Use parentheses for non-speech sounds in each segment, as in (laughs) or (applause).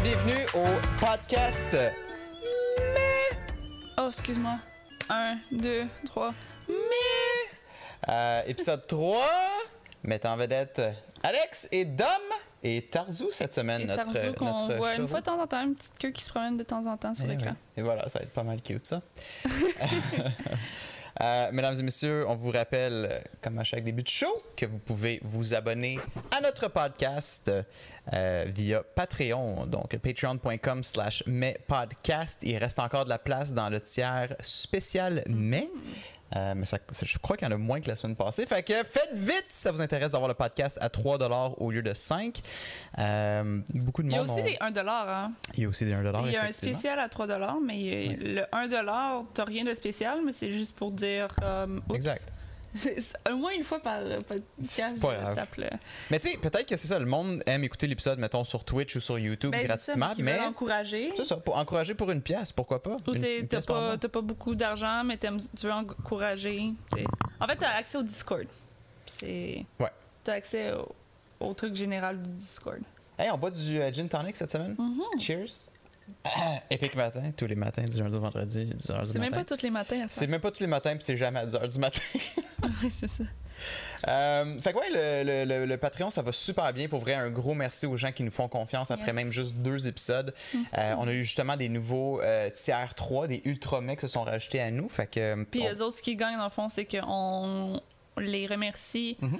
bienvenue au podcast. Oh, excuse-moi. Un, deux, trois. Euh, épisode 3, mettant en vedette Alex et Dom et Tarzou cette semaine. Et Tarzou qu'on notre voit une chevreau. fois de temps en temps, une petite queue qui se promène de temps en temps sur Eh oui. l'écran. Et voilà, ça va être pas mal (laughs) cute ça. (laughs) Euh, mesdames et messieurs, on vous rappelle, euh, comme à chaque début de show, que vous pouvez vous abonner à notre podcast euh, via Patreon, donc patreon.com slash podcast. Il reste encore de la place dans le tiers spécial mai. Euh, mais ça- ça- je crois qu'il y en a moins que la semaine passée. Fait que faites vite si ça vous intéresse d'avoir le podcast à 3$ au lieu de 5$. Euh, beaucoup de Il y a monde aussi ont- des 1 hein. Il y a aussi des 1$. Il y a un effectivement. spécial à 3 mais euh, le 1 t'as rien de spécial, mais c'est juste pour dire. euh, oups. Exact. (laughs) Au moins une fois par euh, podcast, C'est pas je grave. tape le- Mais tu sais, peut-être que c'est ça, le monde aime écouter l'épisode, mettons, sur Twitch ou sur YouTube Ben, c'est ça, gratuitement, qui mais veulent encourager. c'est ça, pour encourager pour une pièce, pourquoi pas? Ou Une- t'sais, une t'as pièce par pas, mois. t'as pas beaucoup d'argent, mais t'aimes- tu veux encourager. t'sais. En fait, t'as accès au Discord. C'est. Ouais. T'as accès au, au truc général du Discord. Hey, on boit du euh, gin tonic cette semaine? Mm-hmm. Cheers! Ah, épique matin, tous les matins, du lundi au vendredi, 10 heures C'est du même matin. pas tous les matins à (laughs) ça. C'est même pas tous les matins, puis c'est jamais à 10 heures du matin. (laughs) C'est ça. Euh, fait que ouais, le, le- le- le Patreon, ça va super bien. Pour vrai, un gros merci aux gens qui nous font confiance après Yes. Mm-hmm. même juste deux épisodes. Euh, on a eu justement des nouveaux euh, tiers 3, des ultra mecs qui se sont rajoutés à nous. Fait que, euh, Puis on- eux autres, ce qui gagnent, dans le fond, c'est qu'on les remercie Mhm.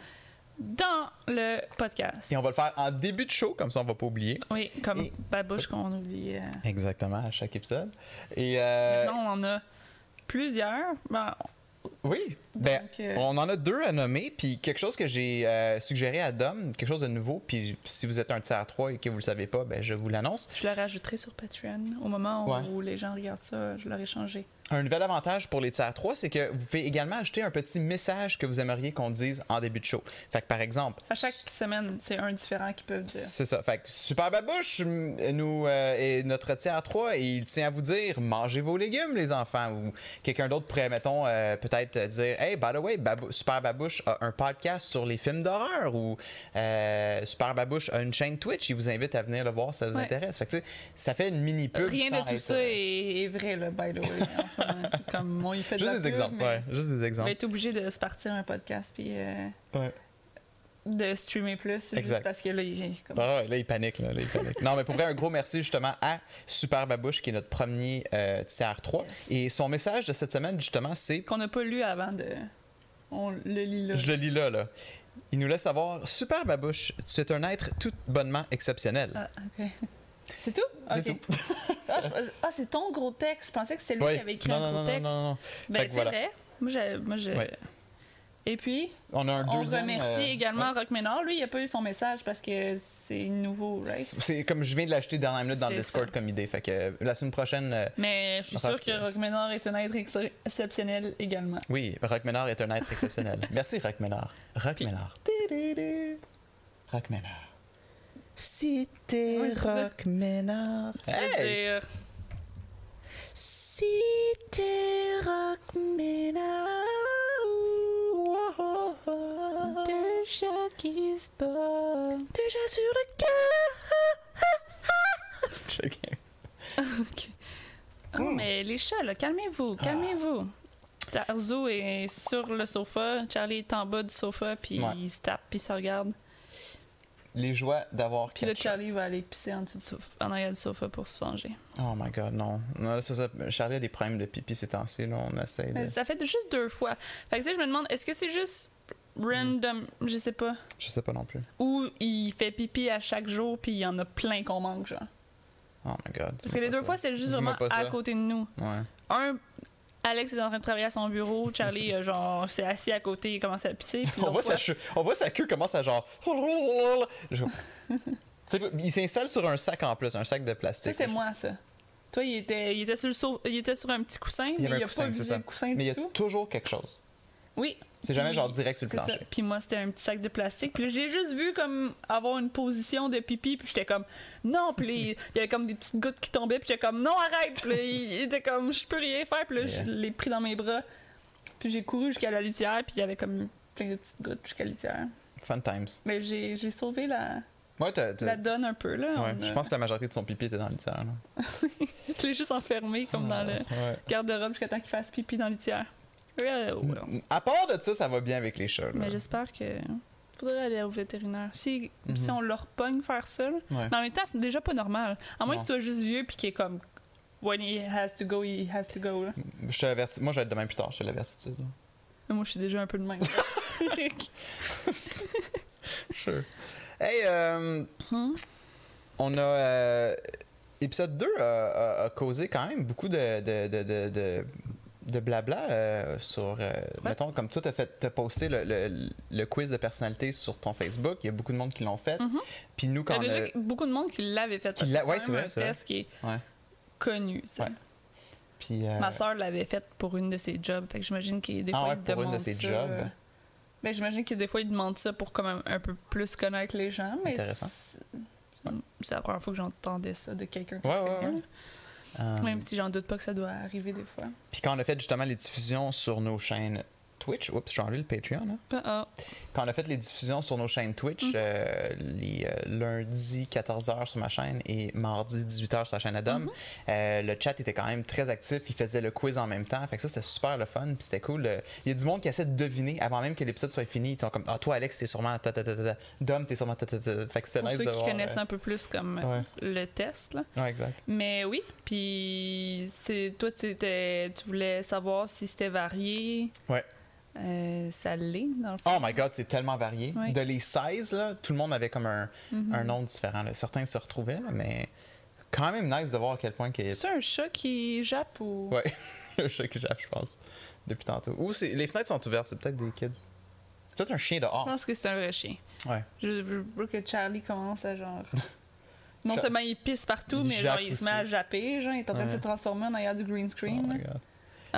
dans le podcast. Et on va le faire en début de show, comme ça on va pas oublier. Oui, comme Et- Babouche qu'on oublie. euh. Exactement, à chaque épisode. Et euh, Maintenant, on en a plusieurs. Ben, oui, ben, Donc, euh, on en a deux à nommer. Puis quelque chose que j'ai euh, suggéré à Dom, quelque chose de nouveau. Puis si vous êtes un tiers 3 et que vous le savez pas, ben, je vous l'annonce. je le rajouterai sur Patreon. Au moment Ouais. où les gens regardent ça, je l'aurai changé. Un nouvel avantage pour les tiers 3, c'est que vous pouvez également ajouter un petit message que vous aimeriez qu'on dise en début de show. Fait que par exemple, À chaque semaine, c'est un différent qui peuvent dire. C'est ça. Fait que Super Babouche, m- nous, euh, est notre tiers 3, et il tient à vous dire mangez vos légumes, les enfants. Ou quelqu'un d'autre pourrait, mettons, euh, peut-être dire Hey, by the way, Babou- Super Babouche a un podcast sur les films d'horreur, ou euh, Super Babouche a une chaîne Twitch, il vous invite à venir le voir si ça vous Ouais. intéresse. Fait que, tu sais, ça fait une mini pub. Rien de sans tout être, ça euh, est, est vrai, là, by the way, en ce (laughs) moment. Comme on y fait de Juste la des pub, exemples, mais ouais. Juste des On va exemples. être obligé de se partir un podcast puis euh, Ouais. de streamer plus Exact. juste parce que là, il est comme... Ah ouais, là, il panique, là, là, il panique. non, mais pour vrai, un gros merci justement à Super Babouche, qui est notre premier euh, tiers 3. Yes. Et son message de cette semaine, justement, c'est qu'on n'a pas lu avant de... On le lit là. Je le lis là, là. Il nous laisse savoir Super Babouche, tu es un être tout bonnement exceptionnel. Ah, ok. C'est tout? C'est Ok. ah, je- ah, c'est ton gros texte. Je pensais que c'était lui Ouais. qui avait écrit non, un non, gros non, texte. non, non, non. Ben, Fait que c'est voilà. vrai. Moi, j'ai... moi, j'ai- Ouais. Et puis, On a un on deuxième. remercie euh, également ouais. Rock Ménard. Lui, il n'a pas eu son message parce que c'est nouveau, right? C'est c'est comme je viens de l'acheter dernière minute dans le C'est Discord ça. comme idée. Fait que euh, la semaine prochaine, euh, Mais je suis Rock, sûre que euh, Rock Ménard est un être ex- exceptionnel également. oui, Rock Ménard est un être (laughs) exceptionnel. Merci Rock Ménard. Rock Puis- Ménard. Tidididou. Rock Ménard. Si t'es Oui, c'est ça. Rock Ménard. Je veux Hey! dire, Si t'es Rock oh, Ménard. Wow. deux chats qui se battent. oh. Déjà sur le (laughs) cœur. Ok. Oh, Hmm. mais les chats, là, calmez-vous, Ah. calmez-vous. Tarzo est sur le sofa, Charlie est en bas du sofa, puis Ouais. il se tape, puis il se regarde. Les joies d'avoir Puis là, ketchup. Charlie va aller pisser en dessous du sofa, en arrière du sofa pour se venger. Oh my god, non. non là, ça, ça, Charlie a des problèmes de pipi ces temps-ci, là, on essaie de... Mais ça fait juste deux fois. Fait que tu sais, je me demande, est-ce que c'est juste random, je sais pas, Je sais pas non plus. ou il fait pipi à chaque jour, puis il y en a plein qu'on manque, genre. Oh my god. Parce que les deux fois, c'est juste Dis-moi vraiment pas à ça. côté de nous. Ouais. un Alex est en train de travailler à son bureau, Charlie euh, genre s'est assis à côté, il commence à pisser. puis (laughs) On l'autre voit, fois- sa che- on voit sa queue commence (laughs) à genre... Je- C'est quoi, Il s'installe sur un sac en plus, un sac de Ça plastique. c'était moi ça. Toi il était, il était sur le sau- il était sur un petit coussin, y mais avait un il a coussin, pas c'est visé ça. le coussin Mais il y du a tout. toujours quelque chose. Oui. C'est jamais Puis- genre direct sur le C'est ça. plancher. Puis moi c'était un petit sac de plastique. Puis là, j'ai juste vu comme avoir une position de pipi, puis j'étais comme non, puis les- il y avait comme des petites gouttes qui tombaient, puis j'étais comme non arrête. Puis là, il il était comme je peux rien faire, puis là Yeah. je l'ai pris dans mes bras. Puis j'ai couru jusqu'à la litière, puis il y avait comme plein de petites gouttes jusqu'à la litière. Fun times. Mais j'ai j'ai sauvé la, Ouais, t'as- t'as- la donne un peu, là. ouais, on, je euh, pense que la majorité de son pipi était dans le litière. là. (laughs) Tu l'es juste enfermé comme Ah. dans le Ouais. garde-robe jusqu'à temps qu'il fasse pipi dans le litière. Ouais, Oh, ouais. À part de ça, ça va bien avec les chats. là. Mais j'espère que. Faudrait aller au vétérinaire. Si, Mhm. si on leur pogne faire ça, là. Ouais. Mais en même temps, c'est déjà pas normal. À moins Non. que tu sois juste vieux puis qu'il est comme. When he has to go, he has to go. Là. Je te l'avertis. Moi, je vais être demain plus tard, je te l'avertis. là. Mm. Mais moi, je suis déjà un peu (laughs) de même. Sure. Hey, euh, Hmm? on a. euh, épisode 2 a, a- a causé quand même beaucoup de, de, de, de, de- de blabla euh, sur. euh, Mettons, comme toi, t'as fait- t'as posté le, le- le quiz de personnalité sur ton Facebook. Il y a beaucoup de monde qui l'ont fait. Mhm. Puis nous, Il y quand a on déjà a- beaucoup de monde qui l'avait fait. Qui l'a- parce que ouais, quand c'est même vrai, un c'est test qui est Ouais. connu. tu sais. Ouais. Puis, euh, Ma soeur l'avait fait pour une de ses jobs. Fait que j'imagine qu'il des Ah fois, ouais, il pour une de demande ses ça, jobs. euh, ben, j'imagine que des fois, il demande ça pour quand même un peu plus connaître les gens. Mais Intéressant. c'est- C'est la première fois que j'entendais ça de quelqu'un. que Ouais, je ouais, connais, ouais. là. euh, Même si j'en doute pas que ça doit arriver des fois. Puis quand on a fait justement les diffusions sur nos chaînes Twitch, oups, j'ai enlevé le Patreon. hein. Ah, ah. Quand on a fait les diffusions sur nos chaînes Twitch, Mhm. euh, les euh, lundis 14h sur ma chaîne et mardi 18h sur la chaîne Mm-hmm. Adam, euh, le chat était quand même très actif. Il faisait le quiz en même temps. Fait que ça, c'était super le fun. Puis c'était cool. Euh, Il y a du monde qui essaie de deviner avant même que l'épisode soit fini. Ils sont comme Ah, toi, Alex, t'es sûrement. ta, ta, ta, ta, ta. Dom, t'es sûrement. ta, ta, ta, ta. Fait que c'était Pour nice ceux de qui voir, connaissent un peu plus comme euh, Ouais. le test. Là. euh, ouais, exact. Mais oui, puis c'est toi, tu étais- tu voulais savoir si c'était varié. Ouais. Euh, ça l'est, dans le fond. Oh my god, c'est tellement varié. Ouais. De les 16, là, tout le monde avait comme un, Mhm. un nom différent. là. Certains se retrouvaient, là, mais quand même nice de voir à quel point qu'il y a C'est un chat qui jappe ou. Ouais, (laughs) le chat qui jappe, je pense, depuis tantôt. Ou c'est- les fenêtres sont ouvertes, c'est peut-être des kids. C'est peut-être un chien Je dehors. pense que c'est un vrai chien. Ouais. Je veux veux que Charlie commence à (laughs) genre. Non Char- seulement il pisse partout, Il mais genre jappe il se met à aussi. japper, genre il est en train de Ouais. se transformer en arrière du green Oh screen. my là. God.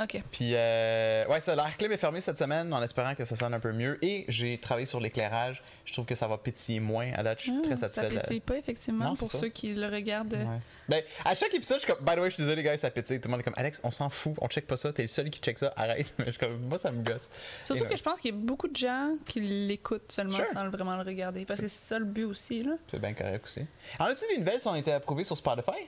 ok. Puis, euh, ouais, ça, l'air clim est fermé cette semaine en espérant que ça sonne un peu mieux. Et j'ai travaillé sur l'éclairage. Je trouve que ça va pétiller moins. À date, je suis très Ah, ça satisfait. de la- pétille pas effectivement Non, pour c'est ça, ceux c'est- qui le regardent. Ouais. Ben, à chaque épisode, je suis comme, by the way, je suis désolé, guys, ça pétille. Tout le monde est comme, Alex, on s'en fout, on check pas ça, t'es le seul qui check ça, arrête. (laughs) Mais je suis comme, moi, ça me gosse. Surtout Et que je pense qu'il y a beaucoup de gens qui l'écoutent seulement Sure. sans vraiment le regarder. Parce que c'est ça le but aussi, là. C'est bien correct aussi. En as-tu des nouvelles si on était approuvé sur Spotify?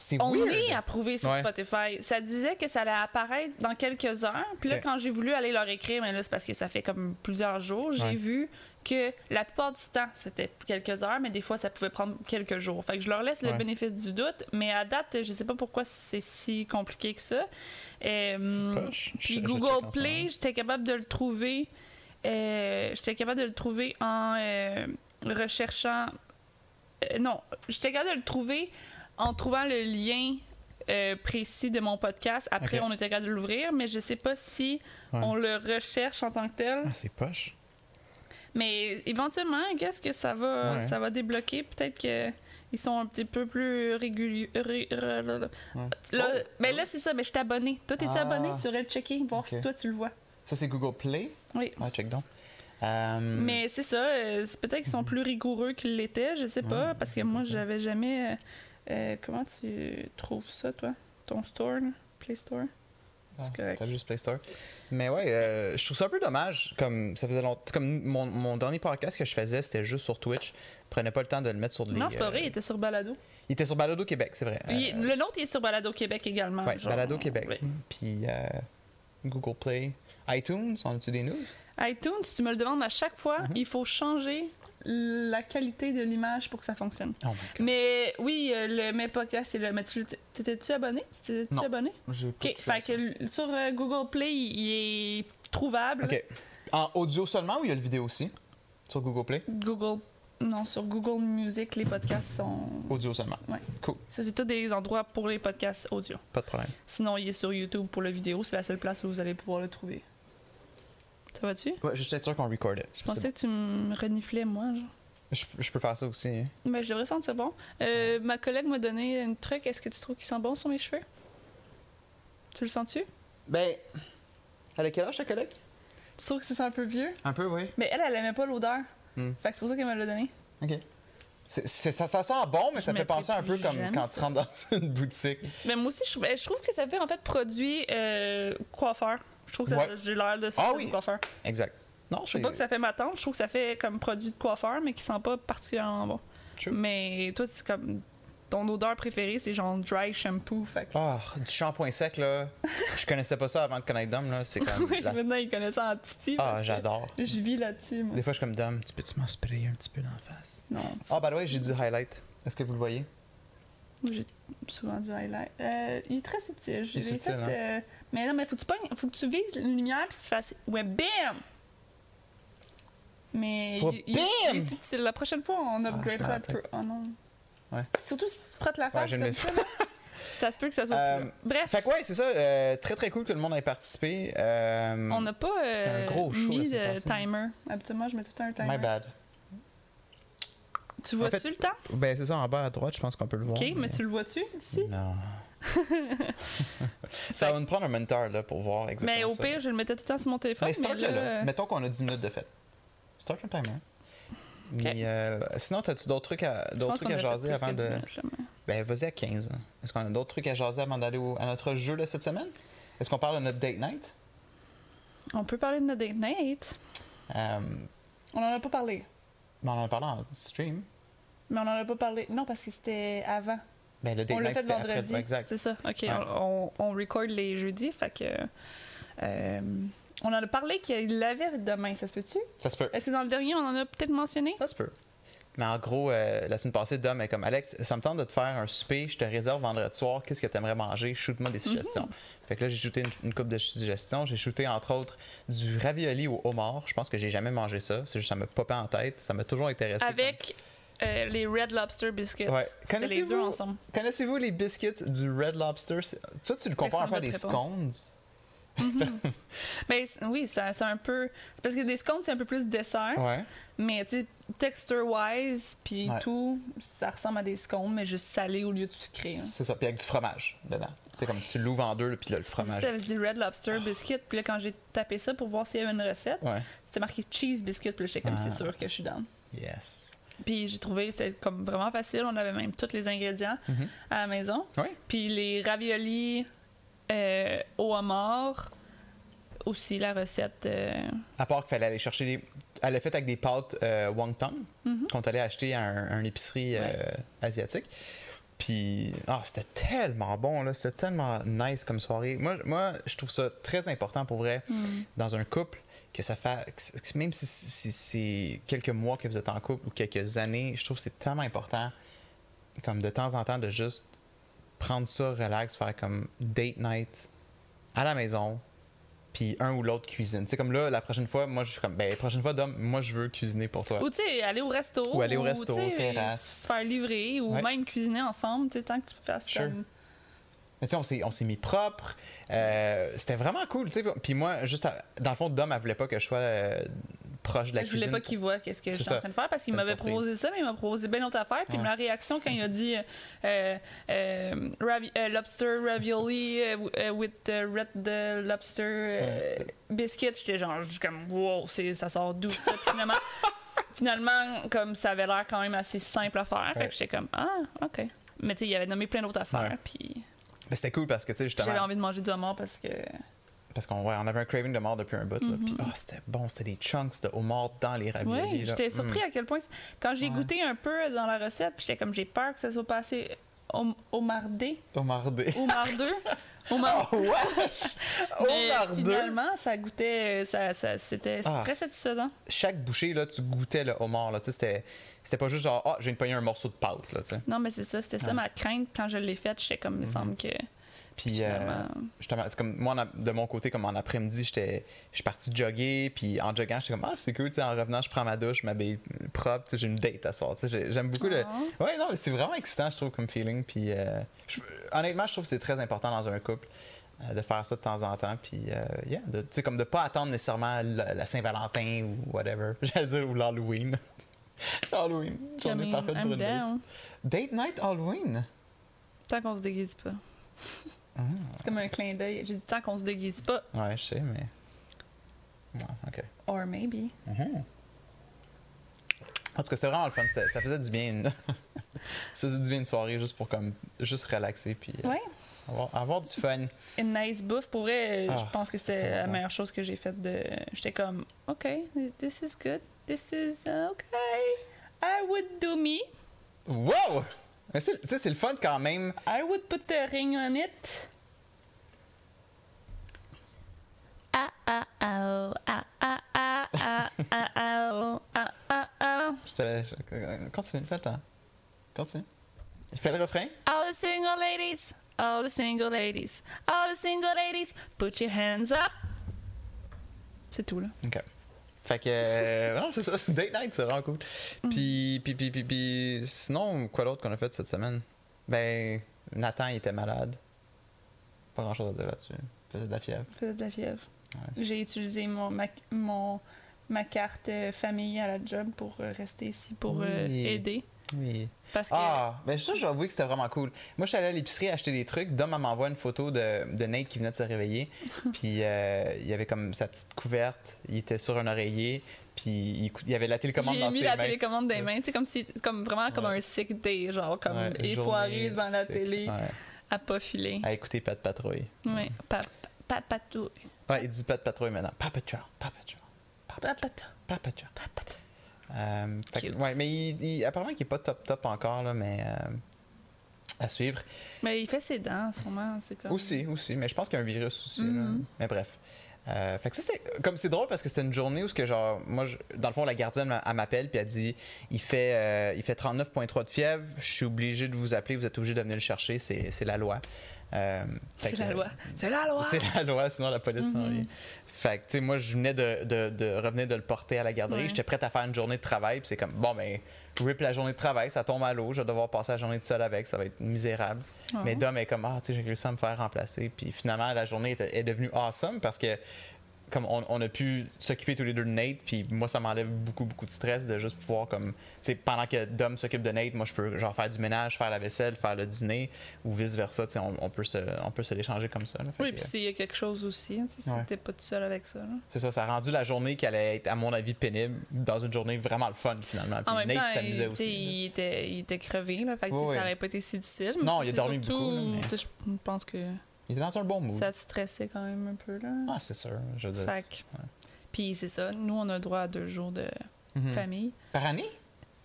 C'est On weird. est approuvé sur Ouais. Spotify. Ça disait que ça allait apparaître dans quelques heures. Puis là, Ok. quand j'ai voulu aller leur écrire, mais là, c'est parce que ça fait comme plusieurs jours, j'ai Ouais. vu que la plupart du temps, c'était quelques heures, mais des fois, ça pouvait prendre quelques jours. Fait que je leur laisse le Ouais. bénéfice du doute, mais à date, je sais pas pourquoi c'est si compliqué que ça. Euh, C'est poche. Je- puis je check Google en ce Play, moment. j'étais capable de le trouver. euh, j'étais capable de le trouver en euh, recherchant. euh, non, j'étais capable de le trouver en trouvant le lien euh, précis de mon podcast. Après, Ok. on était capable de l'ouvrir, mais je sais pas si Ouais. on le recherche en tant que tel. Ah, c'est poche. Mais éventuellement, qu'est-ce que ça va, Ouais. ça va débloquer Peut-être que ils sont un petit peu plus réguliers. ré- ré- là, là. Là, Oh. Mais là, c'est ça. Mais je suis abonné. Toi, t'es-tu Ah. abonné Tu devrais le checker, voir Ok. si toi tu le vois. Ça, c'est Google Play. Oui. Ouais, check donc. Euh, Mais c'est ça, euh, c'est peut-être qu'ils sont plus rigoureux qu'ils l'étaient, je sais pas, Ouais, parce que moi ok. j'avais jamais. euh, euh, comment tu trouves ça, toi Ton store, là? Play Store ah, c'est correct. t'as juste Play Store. Mais ouais, euh, je trouve ça un peu dommage. Comme ça faisait longtemps. Comme mon, mon dernier podcast que je faisais, c'était juste sur Twitch. Je prenais pas le temps de le mettre sur les. Non, c'est pas euh, vrai, il était sur Balado. il était sur Balado Québec, c'est vrai. Puis Euh, le nôtre, il est sur Balado Québec également. ouais, genre, Balado Québec. ouais. Puis euh, Google Play. iTunes, on a-tu des news? iTunes, tu me le demandes à chaque fois, Mhm. il faut changer la qualité de l'image pour que ça fonctionne. Oh my god. Mais oui, euh, le mes podcasts, c'est le. Mais tu t'étais-tu abonné T'étais-tu Non. abonné J'ai pas Ok, touché à fait que l- sur euh, Google Play, il est trouvable. ça. Ok. En audio seulement ou il y a le vidéo aussi? Sur Google Play? Google. Non, sur Google Music, les podcasts sont. Audio seulement. Ouais. Cool, Ça, c'est tous des endroits pour les podcasts audio. pas de problème. Sinon, il est sur YouTube pour la vidéo. C'est la seule place où vous allez pouvoir le trouver. Ça va-tu? Ouais, je suis sûr qu'on recordait. Je pensais que tu me reniflais, moi. Genre. Je, je peux faire ça aussi. hein. Mais je devrais sentir bon. Euh, Ma collègue m'a donné un truc. Est-ce que tu trouves qu'il sent bon sur mes cheveux? Tu le sens-tu? Ben, elle a quel âge ta collègue? Tu trouves que ça sent un peu vieux? Un peu, oui. Mais elle, elle aimait pas l'odeur. Hmm. Fait que c'est pour ça qu'elle me l'a donné. Ok. C'est- c'est- ça, ça sent bon, mais Je ça fait mettrai penser un plus peu comme jamais quand ça. tu rentres dans une boutique. Mais Ben, moi aussi, je, trouve- je trouve que ça fait en fait produit euh, coiffeur. Je trouve que ça- Ouais. j'ai l'air de Ah sortir oui. du coiffeur. Exact. Non, Je c'est trouve pas que ça fait ma tante, je trouve que ça fait comme produit de coiffeur, mais qui sent pas particulièrement bon. True. Mais toi, c'est comme. Ton odeur préférée, c'est genre dry shampoo. Fait que. Ah, du shampoing sec, là. Je connaissais pas ça avant de connaître Dom, là. (laughs) C'est comme. Oui, la- maintenant, ils connaissent ça en titi. parce Ah, que j'adore. Je vis là-dessus, moi. Des fois, je suis comme Dom, tu peux-tu m'en sprayer un petit peu dans la face? Non. tu- Ah, bah ouais, j'ai du highlight. Est-ce que vous le voyez? Moi, J'ai souvent du highlight. Euh, il est très subtil. Je Il est l'ai subtil, hein? fait, euh, Mais non, mais faut que, tu pognes- faut que tu vises une lumière puis que tu fasses. Ouais, bam! Mais. Oh, il- il, il bam! est subtil. La prochaine fois, on upgradera un Ah, rappelle. peu. Oh non. Ouais. Surtout si tu frottes la face j'aime comme les- (laughs) ça, là, ça se peut que ça soit. Euh, plus là. Bref, Fait que ouais, c'est ça. euh, très très cool que le monde ait participé. Euh, on n'a pas euh, c'était un gros show, la mis semaine de passée. timer. Habituellement, je mets tout le temps un timer. My bad. Tu En vois-tu fait- le temps? Ben c'est ça en bas à droite, je pense qu'on peut le voir. ok, mais tu le vois-tu d'ici? (laughs) Non. ça va nous prendre un moniteur là pour voir exactement. Mais Ben, au ça. pire, je le mettais tout le temps sur mon téléphone. mais Mais start là, le là. euh, Mettons qu'on a 10 minutes de fête. Start un timer. Mais, euh, sinon, as-tu d'autres trucs à, je d'autres pense trucs qu'on à a fait jaser plus avant que dix de. minutes, jamais. Ben, vas-y à 15. hein. Est-ce qu'on a d'autres trucs à jaser avant d'aller au- à notre jeu de cette semaine? Est-ce qu'on parle de notre date night? On peut parler de notre date night. Euh, On en a pas parlé. ben, on en a parlé en stream. Mais on en a pas parlé. Non, parce que c'était avant. Ben, le date on l'a night, fait c'était après vendredi. le- Exact. C'est ça. OK. Ouais. On, on, on record les jeudis. Fait que. euh, on en a parlé qu'il l'avait demain. Ça se peut-tu? Ça se peut. Est-ce que dans le dernier, on en a peut-être mentionné? Ça se peut. Mais en gros, euh, la semaine passée, Dom est comme Alex, ça me tente de te faire un souper, je te réserve vendredi soir, qu'est-ce que t'aimerais manger Shoot-moi Mhm. des suggestions. Fait que là, j'ai shooté une, une coupe de suggestions. J'ai shooté entre autres du ravioli au homard. Je pense que j'ai jamais mangé ça. C'est juste ça me popait en tête. Ça m'a toujours intéressé. Avec euh, les Red Lobster Biscuits. Ouais. C'était les deux Connaissez-vous- ensemble. Connaissez-vous les biscuits du Red Lobster C'est- Toi, tu le compares un peu à des Personne scones. Mais Ben, c- oui, ça- c'est un peu. c'est parce que des scones, c'est un peu plus dessert. Ouais. Mais tu sais, texture-wise, puis Ouais. tout, ça ressemble à des scones, mais juste salé au lieu de sucré. hein. C'est ça. Puis avec du fromage dedans. C'est comme tu l'ouvres en deux, puis là, le fromage. C'était du Red Lobster Biscuit. Puis là, quand j'ai tapé ça pour voir s'il y avait une recette, Ouais. c'était marqué Cheese Biscuit. Puis là, j'étais comme, Ah. c'est sûr que je suis dans. Yes. Puis j'ai trouvé, c'était comme vraiment facile. On avait même tous les ingrédients Mhm. à la maison. Oui. Puis les raviolis euh, au homard, aussi la recette. euh, À part qu'il fallait aller chercher des. Elle l'a fait avec des pâtes euh, wonton Mhm. qu'on allait acheter à un, un épicerie euh, asiatique. Puis, ah, c'était tellement bon, là. C'était tellement nice comme soirée. Moi, moi, je trouve ça très important pour vrai dans un couple que ça fait. que- que même si, si c'est quelques mois que vous êtes en couple ou quelques années, je trouve que c'est tellement important, comme de temps en temps, de juste prendre ça relax, faire comme date night à la maison, puis un ou l'autre cuisine. Tu sais, comme là, la prochaine fois, moi, je suis comme, ben, la prochaine fois, Dom, moi, je veux cuisiner pour toi. Ou tu sais, aller au resto. Ou aller au resto, tu sais, terrasse. Se faire livrer ou Ouais. même cuisiner ensemble, tu sais, tant que tu fasses Sure. comme. Mais tu sais, on s'est- on s'est mis propre. Euh, C'était vraiment cool, tu sais. Puis moi, juste, à- dans le fond, Dom, elle voulait pas que je sois euh, proche de la je voulais cuisine. pas qu'il voit qu'est-ce que je C'est suis en ça. train de faire parce qu'il C'était une m'avait surprise. proposé ça, mais il m'a proposé bien d'autres affaires. Puis Ouais. ma réaction quand il a dit euh, euh, euh, ravi- euh, lobster ravioli euh, w- euh, with euh, red euh, lobster euh, biscuit, j'étais genre juste comme wow, c'est- ça sort d'où ça Puis (laughs) finalement. Finalement, comme ça avait l'air quand même assez simple à faire, fait Ouais. que j'étais comme ah ok. Mais tu sais, il avait nommé plein d'autres affaires, Ouais. puis Mais c'était cool parce que, tu sais, justement. j'avais envie de manger du homard parce que Parce qu'on ouais, on avait un craving de mort depuis un bout. là. Puis, ah, c'était bon, c'était des chunks de homard dans les raviolis. Mm-hmm. Ouais, là. j'étais surpris Mm. à quel point. c'est- Quand j'ai Ouais. goûté un peu dans la recette, puis j'étais comme j'ai peur que ça soit passé au homardé, (laughs) Mm. Homardé. (laughs) homardeux, homardé. Oh, wesh! (laughs) (laughs) Mais Homardé! Finalement, ça goûtait, ça, ça- c'était Ah, très satisfaisant. Chaque bouchée, là, tu goûtais le homard. Là. Tu sais, C'était, c'était pas juste genre, ah, j'ai pogné un morceau de pâte. Là, tu sais. Non, mais c'est ça, c'était ça Ouais. ma crainte quand je l'ai faite. J'étais comme, il me Mhm. semble que Puis, euh, finalement, justement, c'est comme moi, en a- de mon côté, comme en après-midi, j'étais, je suis parti jogger. Puis, en joggant, j'étais comme, ah, c'est cool. tu sais, En revenant, je prends ma douche, je m'habille propre. tu sais, J'ai une date à soir. tu sais, j'ai- J'aime beaucoup le, Ah. Ouais, non, mais c'est vraiment excitant, je trouve, comme feeling. Puis, euh, je- honnêtement, je trouve que c'est très important dans un couple euh, de faire ça de temps en temps. Puis, euh, yeah, de- tu sais, comme de pas attendre nécessairement la, la Saint-Valentin ou whatever. (laughs) J'allais dire, ou l'Halloween. (laughs) Halloween, j'en ai Coming, parfait pour I'm une date. down. Date night Halloween? hein. Tant qu'on se déguise pas. Ah. C'est comme un clin d'œil. J'ai dit tant qu'on se déguise pas, Ouais, je sais, mais. Ouais, ok. or maybe. En tout cas, c'était vraiment le fun. Ça, ça faisait du bien. (laughs) Ça, c'est devient une soirée juste pour comme juste relaxer puis euh, Ouais, avoir, avoir du fun. une nice bouffe. Pour vrai, euh, Ah, je pense que c'est tellement la bon. meilleure chose que j'ai faite. De... J'étais comme, OK, this is good. This is OK. I would do me. Wow! Mais c'est- Tu sais, c'est le fun quand même. I would put the ring on it. Ah ah ah ah ah ah ah ah ah ah ah ah Je te laisse- je- Continue, fais le temps. Continue. Fais le refrain. All the single ladies, all the single ladies, all the single ladies, put your hands up. C'est tout là. OK. Fait que. euh, (laughs) non, c'est ça, c'est date night, c'est vraiment cool. Puis, puis, puis, puis, puis, sinon, quoi d'autre qu'on a fait cette semaine? Ben, Nathan, il était malade. Pas grand chose à dire là-dessus. Il faisait de la fièvre. Peut-être de la fièvre. Ouais. J'ai utilisé mon ma, mon ma carte euh, famille à la job pour euh, rester ici pour euh, Oui. aider Oui. parce que Ah, ben, ça, je vais avouer que c'était vraiment cool. Moi, je suis allé à l'épicerie acheter des trucs. Dom, elle m'envoie une photo de, de Nate qui venait de (laughs) se réveiller. puis, euh, il y avait comme sa petite couverte. Il était sur un oreiller. Puis, il, cou- il y avait la télécommande J'ai dans mis ses la mains. télécommande des mains, tu sais, comme si, comme vraiment comme Ouais. un sick day, genre, comme Ouais, il faut journée arriver devant la sick. télé Ouais. à pas filer. À écouter Pat Patrouille. Ouais, pa- pa- papatou- Ouais, il dit Pat Patrouille maintenant. Papa Chow, Papa Chow, papatou- Papa Chow. papatou. Euh, fait que- Cute. ouais, mais il, il- apparemment qu'il est pas top top encore, là, mais euh, à suivre. Mais il fait ses dents, sûrement, c'est comme. Aussi, aussi, mais je pense qu'il y a un virus aussi. là. Mhm. Mais bref. Euh, fait que ça, c'était comme c'est drôle parce que c'était une journée où ce que genre moi je- dans le fond la gardienne elle m'appelle puis elle dit il fait euh, il fait 39.3 de fièvre je suis obligé de vous appeler vous êtes obligé de venir le chercher c'est c'est la loi Euh, fait C'est que- la loi. C'est la loi. C'est la loi, sinon la police s'en Mhm. vient. Fait que, tu sais, moi, je venais de, de- de revenir de le porter à la garderie. Ouais. J'étais prête à faire une journée de travail. Puis c'est comme, bon, ben, rip la journée de travail, ça tombe à l'eau. Je vais devoir passer la journée toute seule avec. Ça va être misérable. Oh. Mais Dom est comme, ah, tu sais, j'ai réussi à me faire remplacer. Puis finalement, la journée était- est devenue awesome parce que, comme on, on a pu s'occuper tous les deux de Nate, puis moi, ça m'enlève beaucoup, beaucoup de stress de juste pouvoir, comme, tu sais, pendant que Dom s'occupe de Nate, moi, je peux, genre, faire du ménage, faire la vaisselle, faire le dîner, ou vice-versa, tu sais, on, on peut se, on peut se l'échanger comme ça. là. Fait Oui, que, puis s'il y a quelque chose aussi, hein, tu sais, Ouais. si t'es pas tout seul avec ça. là. c'est ça, ça a rendu la journée qui allait être, à mon avis, pénible, dans une journée vraiment le fun, finalement. Puis En même Nate temps, il, s'amusait tu sais, aussi. il était, il était crevé, là, fait que tu sais, Oui, oui. ça aurait pas été si difficile. mais Non, c'est il a dormi surtout, beaucoup, là, mais- tu sais, Je pense que Il était dans un bon mood. ça te stressait quand même un peu. là. Ah, c'est sûr. Je veux dire, Fait que- Puis c'est ça, nous on a droit à deux jours de Mhm. famille. Par année?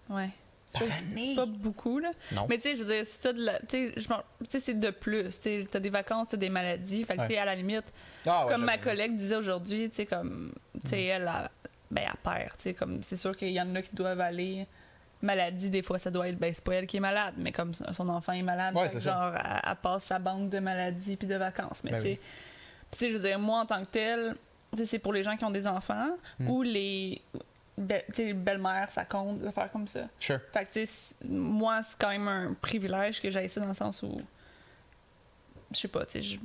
Ouais. C'est Par pas- année? c'est pas beaucoup, là. Non. Mais tu sais, je veux dire, si t'as de la. Tu sais, je m'en- tu sais, c'est de plus. Tu sais, t'as des vacances, t'as des maladies. Fait que, tu sais, à la limite, Ah, ouais, comme ma j'avoue. collègue disait aujourd'hui, tu sais, comme. Tu sais, elle, elle, ben, elle perd. Tu sais, comme. C'est sûr qu'il y en a qui doivent aller. Maladie, des fois, ça doit être. Ben, c'est pas elle qui est malade, mais comme son enfant est malade, Ouais, fait que c'est ça. genre, elle, elle passe sa banque de maladies puis de vacances. Mais Ben tu sais. oui. Puis, tu sais, je veux dire, moi, en tant que telle, tu sais, c'est pour les gens qui ont des enfants Mm. ou les. be- tu sais, les belles-mères, ça compte, des affaires comme ça. Sure. Fait que, tu sais, c- moi, c'est quand même un privilège que j'ai ça dans le sens où. Je sais pas, tu sais, je-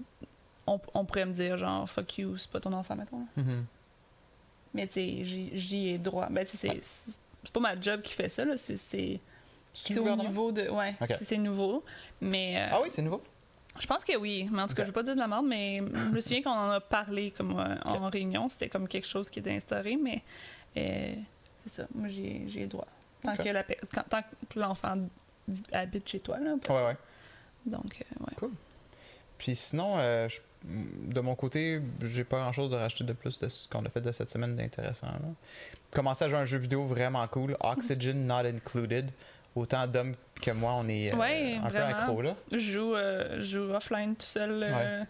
on, on pourrait me dire, genre, fuck you, c'est pas ton enfant, mettons. là. Mhm. Euh. Mais, tu sais, j'y j'y ai droit. Ben, tu sais, c'est- c'est c'est pas ma job qui fait ça, là. C'est- C'est C'est c'est le au gouvernement? niveau de. Ouais, Ok. c'est- c'est nouveau. Mais. euh, Ah oui, c'est nouveau. Je pense que oui, mais en tout cas, Ok. je vais pas dire de la merde, mais je me souviens qu'on en a parlé comme euh, en réunion. C'était comme quelque chose qui était instauré, mais euh, c'est ça. Moi, j'ai j'ai le droit. Tant Ok. que la pe- quand- tant que l'enfant v- habite chez toi, là. parce- Ouais, ouais. Donc, euh, ouais. Puis sinon, euh, je- de mon côté, j'ai pas grand chose de racheter de plus de ce qu'on a fait de cette semaine d'intéressant. là. Commencer à jouer à un jeu vidéo vraiment cool, Oxygen Not Included. Autant d'hommes que moi, on est euh, Ouais, un vraiment. peu accro là. Je joue, euh, je joue offline tout seul. euh,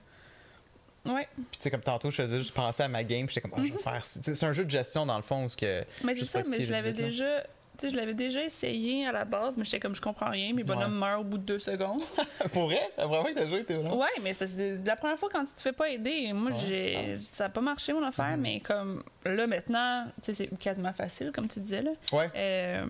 Ouais. Puis tu sais, comme tantôt, je faisais juste penser à ma game, puis j'étais comme, Ah, Mhm. je vais faire. ci. Tu sais, C'est un jeu de gestion dans le fond, où (laughs) ce que. Mais c'est Juste ça, pour mais expliquer je le l'avais but, là. déjà. Tu sais, je l'avais déjà essayé à la base, mais j'étais comme je comprends rien, mes bonhommes meurent au bout de deux secondes. Pour vrai, Ah, vraiment, t'as joué, t'es vraiment. Ouais, mais c'est parce que de- de la première fois quand tu te fais pas aider, moi Ouais. Ah j'ai ça a pas marché mon affaire, Mhm. mais comme là maintenant, tu sais c'est quasiment facile comme tu disais là. Ouais, Euh,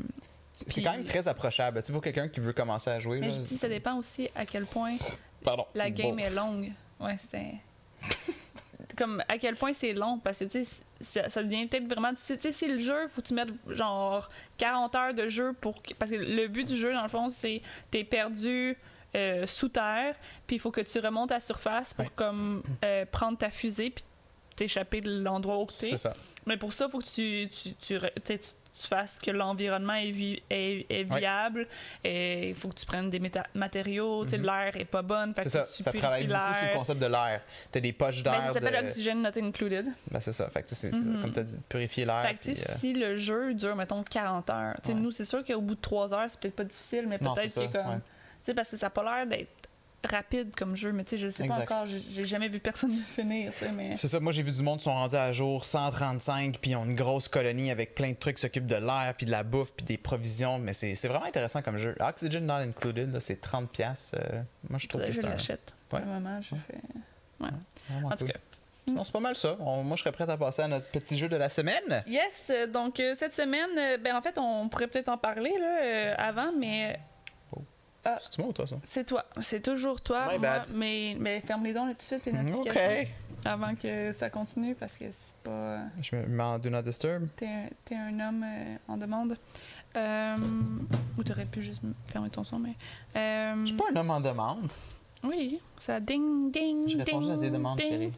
c'est c'est quand même puis- très approchable. Tu sais, pour quelqu'un qui veut commencer à jouer. mais là, je dis ça dépend aussi à quel point Pardon. la game Bon. est longue. Ouais, c'était (laughs) comme à quel point c'est long parce que tu sais ça, ça devient peut-être vraiment tu sais tu sais, c'est le jeu, faut que tu mettes genre 40 heures de jeu pour que- parce que le but du jeu dans le fond c'est t'es perdu euh, sous terre, puis il faut que tu remontes à la surface pour Ouais. comme euh, prendre ta fusée puis t'échapper de l'endroit où t'es. C'est ça. Mais pour ça, faut que tu, tu, tu, re- tu sais, tu- que tu fasses que l'environnement est, vi- est- est Ouais. viable. Et Il faut que tu prennes des méta- matériaux. tu sais, Mhm. L'air est pas bonne. fait C'est que ça, tu ça purifies travaille beaucoup l'air. sur le concept de l'air. T'as des poches Ben, d'air. ça s'appelle de- Oxygen Not Included. Ben, c'est ça. Fait que, tu sais, c'est- Mhm. c'est comme t'as dit, purifier l'air. Fait que, tu puis, sais, euh, si le jeu dure, mettons, 40 heures, tu sais, Ouais. nous, c'est sûr qu'au bout de 3 heures, c'est peut-être pas difficile, mais Non, peut-être c'est que ça, comme. ouais. Tu sais, parce que ça a pas l'air d'être rapide comme jeu, mais tu sais, je sais pas Exact. encore, j'ai- j'ai jamais vu personne (laughs) le finir, tu sais, mais. C'est ça, moi j'ai vu du monde qui sont rendus à jour 135, puis ils ont une grosse colonie avec plein de trucs qui s'occupent de l'air, puis de la bouffe, puis des provisions. Mais c'est c'est vraiment intéressant comme jeu. Oxygen Not Included, là, c'est 30$. piastres, euh, moi je trouve Faudrait que que je c'est un. l'achète. Pour Ouais. le moment, j'ai Ouais. fait. vraiment En tout cool. cas. Sinon, c'est pas mal ça. On- moi je serais prête à passer à notre petit jeu de la semaine. Yes, euh, donc euh, cette semaine, euh, ben en fait, on pourrait peut-être en parler là, euh, avant, mais Ah. C'est-tu moi ou toi ça? c'est toi. C'est toujours toi. My moi, bad. Mais, mais ferme les dents là tout de suite et Ok. notifications avant que ça continue parce que c'est pas. Je me mets en Do Not Disturb. T'es un, t'es un homme euh, en demande. Euh, ou t'aurais pu juste m- fermer ton son, mais. euh, Je suis pas un homme en demande. Oui, ça ding, ding, Je ding. réponds juste à tes demandes, ding. chérie.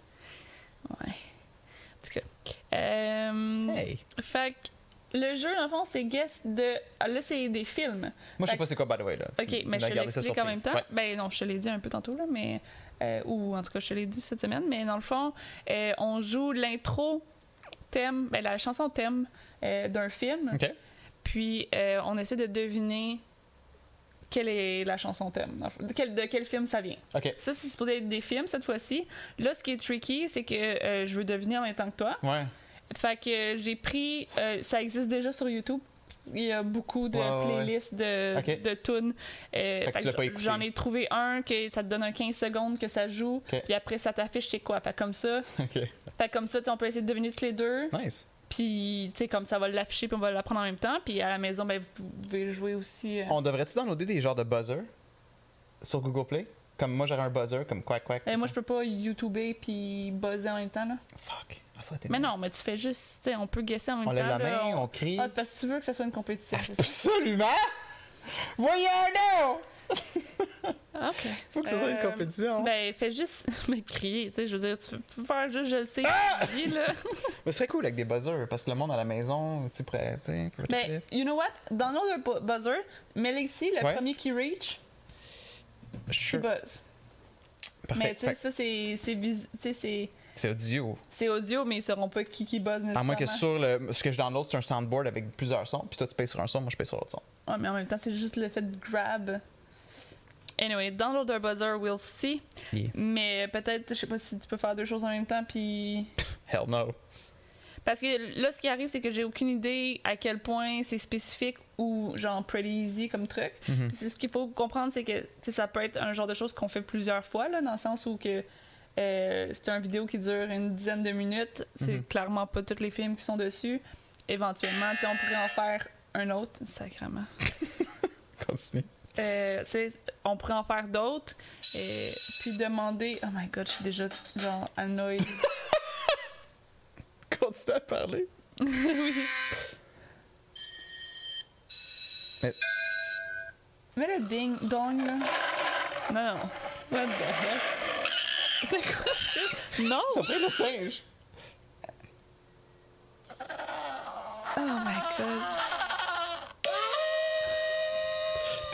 Ouais. En tout cas. Euh, Hey! Fait que le jeu, dans le fond, c'est guest de. ah, là, c'est des films. Moi je Fait sais pas c'est quoi, by the way. Là. Tu- Ok, tu mais m'as je te gardé ça l'explique en même surprise. temps. Ouais. Ben non, je te l'ai dit un peu tantôt, là, mais. euh, ou en tout cas, je te l'ai dit cette semaine, mais dans le fond, euh, on joue l'intro thème, ben, la chanson thème euh, d'un film. Ok. Puis euh, on essaie de deviner quelle est la chanson thème, dans le fond. de quel, de quel film ça vient. Ok. Ça, c'est supposé être des films cette fois-ci. Là, ce qui est tricky, c'est que euh, je veux deviner en même temps que toi. Ouais. (laughs) Fait que euh, j'ai pris. euh, ça existe déjà sur YouTube. Il y a beaucoup de Ouais, ouais, ouais. playlists de, Ok. de tunes. Euh, Fait que tu l'as pas écouté. J'en ai trouvé un que ça te donne un 15 secondes que ça joue. Ok. Puis après, ça t'affiche c'est quoi. Fait que comme ça, Ok. fait que comme ça tu sais, on peut essayer de deviner toutes les deux. Nice. Puis, tu sais, comme ça va l'afficher, puis on va l'apprendre en même temps. Puis à la maison, ben, vous pouvez jouer aussi. euh, On devrait-tu downloader des genres de buzzers sur Google Play? Comme moi, j'aurais un buzzer, comme quack quack. Eh, moi, je peux pas YouTuber puis buzzer en même temps. Là. Fuck. Ah, ça aurait été Mais nice. non, mais tu fais juste, tu sais, on peut guesser en même On temps. lève la là, main, on- on crie. Ah, parce que tu veux que ça soit une compétition, c'est (laughs) ça. Absolument! Voyons donc! Ok. Faut que ce soit une Euh, compétition. Ben, fais juste (laughs) me crier, tu sais, je veux dire, tu peux faire juste, je le sais, je dis, (laughs) là. Mais ce serait cool avec des buzzers, parce que le monde à la maison, tu sais, prêt, tu sais, prêt- Ben, you know what? Dans l'autre bu- buzzer, mets ici, le Ouais. premier qui reach, tu Sure. buzz. Parfait. Mais tu sais, Fait que ça, c'est c'est vis- tu sais, c'est- C'est audio. c'est audio, mais ils sauront pas qui qui buzz nécessairement. À moins que sur le, ce que je download, c'est un soundboard avec plusieurs sons, puis toi, tu payes sur un son, moi, je paye sur l'autre son. Ouais, mais en même temps, c'est juste le fait de grab. Anyway, dans l'autre buzzer, we'll see. Yeah. Mais peut-être, je sais pas si tu peux faire deux choses en même temps, puis. Hell no. (laughs) Parce que là, ce qui arrive, c'est que j'ai aucune idée à quel point c'est spécifique ou genre pretty easy comme truc. Mhm. Puis c'est ce qu'il faut comprendre, c'est que tu sais, ça peut être un genre de chose qu'on fait plusieurs fois, là, dans le sens où que euh, c'est un vidéo qui dure une dizaine de minutes. C'est Mhm. clairement pas tous les films qui sont dessus. Éventuellement, tu sais, on pourrait en faire un autre, sacrément. Continue. Euh, tu sais, on pourrait en faire d'autres. et puis demander. Oh my god, je suis déjà genre annoyed. Continue à parler. Mais le ding dong là. Non, non. What the heck? C'est quoi ça? Non! Ça prend le singe. Oh my god.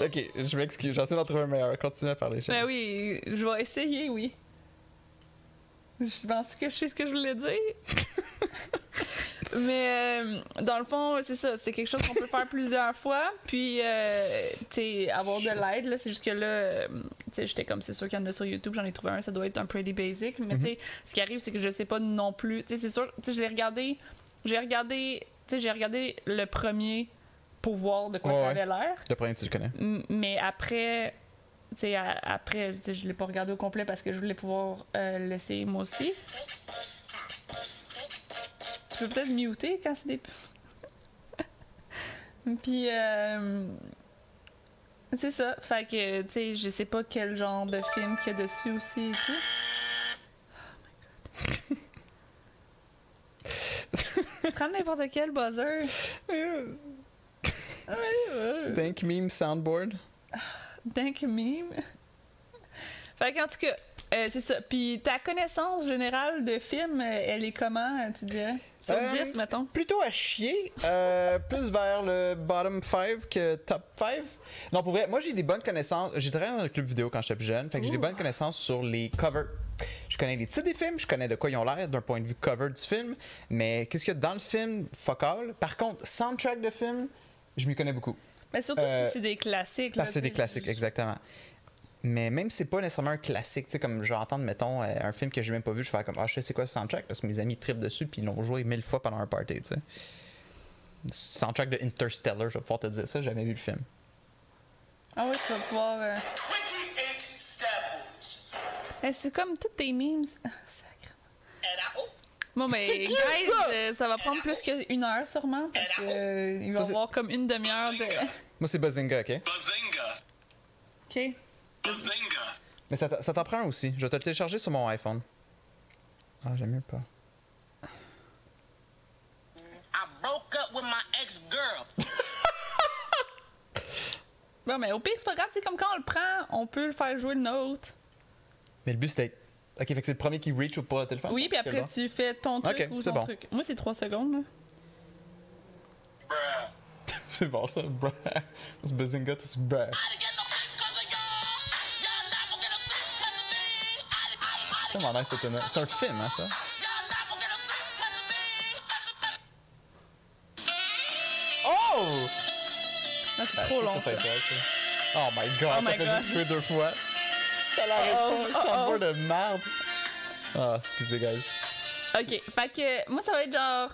Ok, je m'excuse, j'essaie d'en trouver un meilleur. Continue à parler, chérie. Ben oui, je vais essayer, oui. Je pense que je sais ce que je voulais dire. (laughs) Mais euh, dans le fond, c'est ça. C'est quelque chose qu'on peut faire plusieurs fois. Puis, euh, tu sais, avoir de l'aide. là, C'est juste que là, euh, tu sais, j'étais comme, c'est sûr qu'il y en a sur YouTube. J'en ai trouvé un. Ça doit être un pretty basic. Mais Mhm. tu sais, ce qui arrive, c'est que je sais pas non plus. Tu sais, c'est sûr. Tu sais, je l'ai regardé. J'ai regardé. Tu sais, j'ai regardé le premier pour voir de quoi Ouais, ça ouais. avait l'air. Le premier, tu le connais. M- mais après tu sais, à- après tu sais, je l'ai pas regardé au complet parce que je voulais pouvoir euh, laisser moi aussi tu peux peut-être muter quand c'est des (laughs) puis euh, c'est ça fait que tu sais je sais pas quel genre de film qu'il y a dessus aussi et tout Oh my God. (laughs) Prends n'importe quel buzzer. Think meme soundboard. Dank meme. (laughs) Fait qu'en tout cas, Euh, c'est ça. Puis ta connaissance générale de films, euh, elle est comment, euh, tu dirais? Sur Euh, 10, mettons. Plutôt à chier, euh, (laughs) plus vers le bottom 5 que top 5. Non, pour vrai, moi j'ai des bonnes connaissances. J'ai travaillé dans le club vidéo quand j'étais plus jeune, fait que j'ai des Ouh. bonnes connaissances sur les covers. Je connais les titres des films, je connais de quoi ils ont l'air d'un point de vue cover du film, mais qu'est-ce qu'il y a dans le film, focal. Par contre, soundtrack de film, je m'y connais beaucoup. Mais surtout euh, si c'est des classiques. là, Parce que c'est tu des sais, classiques, je- exactement. Mais même si c'est pas nécessairement un classique, tu sais, comme je vais entendre, mettons, euh, un film que j'ai même pas vu, je vais faire comme, ah, je sais c'est quoi ce soundtrack, parce que mes amis trippent dessus, puis ils l'ont joué mille fois pendant un party, tu sais. Le Soundtrack de Interstellar, je vais pouvoir te dire ça, j'ai jamais vu le film. Ah oui, tu vas pouvoir. euh, 28 stab wounds. eh, c'est comme toutes tes memes. (laughs) Ah, sacre. And I, oh, Bon, ben, C'est guys, qui, ça? euh, ça va prendre plus qu'une heure sûrement, parce qu'il va Ça, y c'est- avoir comme une demi-heure de. Moi, c'est Bazinga, ok? bazinga, OK. bazinga. Mais ça t- ça t'en prend un aussi, je vais te le télécharger sur mon iPhone. Ah, j'aime mieux pas. I broke up with my ex-girl. Bon, mais au pire, c'est pas grave, c'est comme quand on le prend, on peut le faire jouer le nôtre. Mais le but, c'était. Ok, fait que c'est le premier qui reach pour le téléphone? Oui, puis Ok, après, bon. tu fais ton truc Ok, ou c'est ton bon. truc. Moi, c'est 3 secondes. là. Bruh. (laughs) C'est bon, ça, (laughs) bruh. C'est Bazinga, Bah. tout c'est bruh. Comment nice, c'est un- c'est un film, hein, ça? Oh! Non, c'est Ben, trop long. Ça. Oh my god, Oh ça my fait God. juste jouer deux fois. Ça l'arrête Oh, pas, oh, ça oh. de merde. Ah, excusez, guys. Ok, fait que moi, ça va être genre.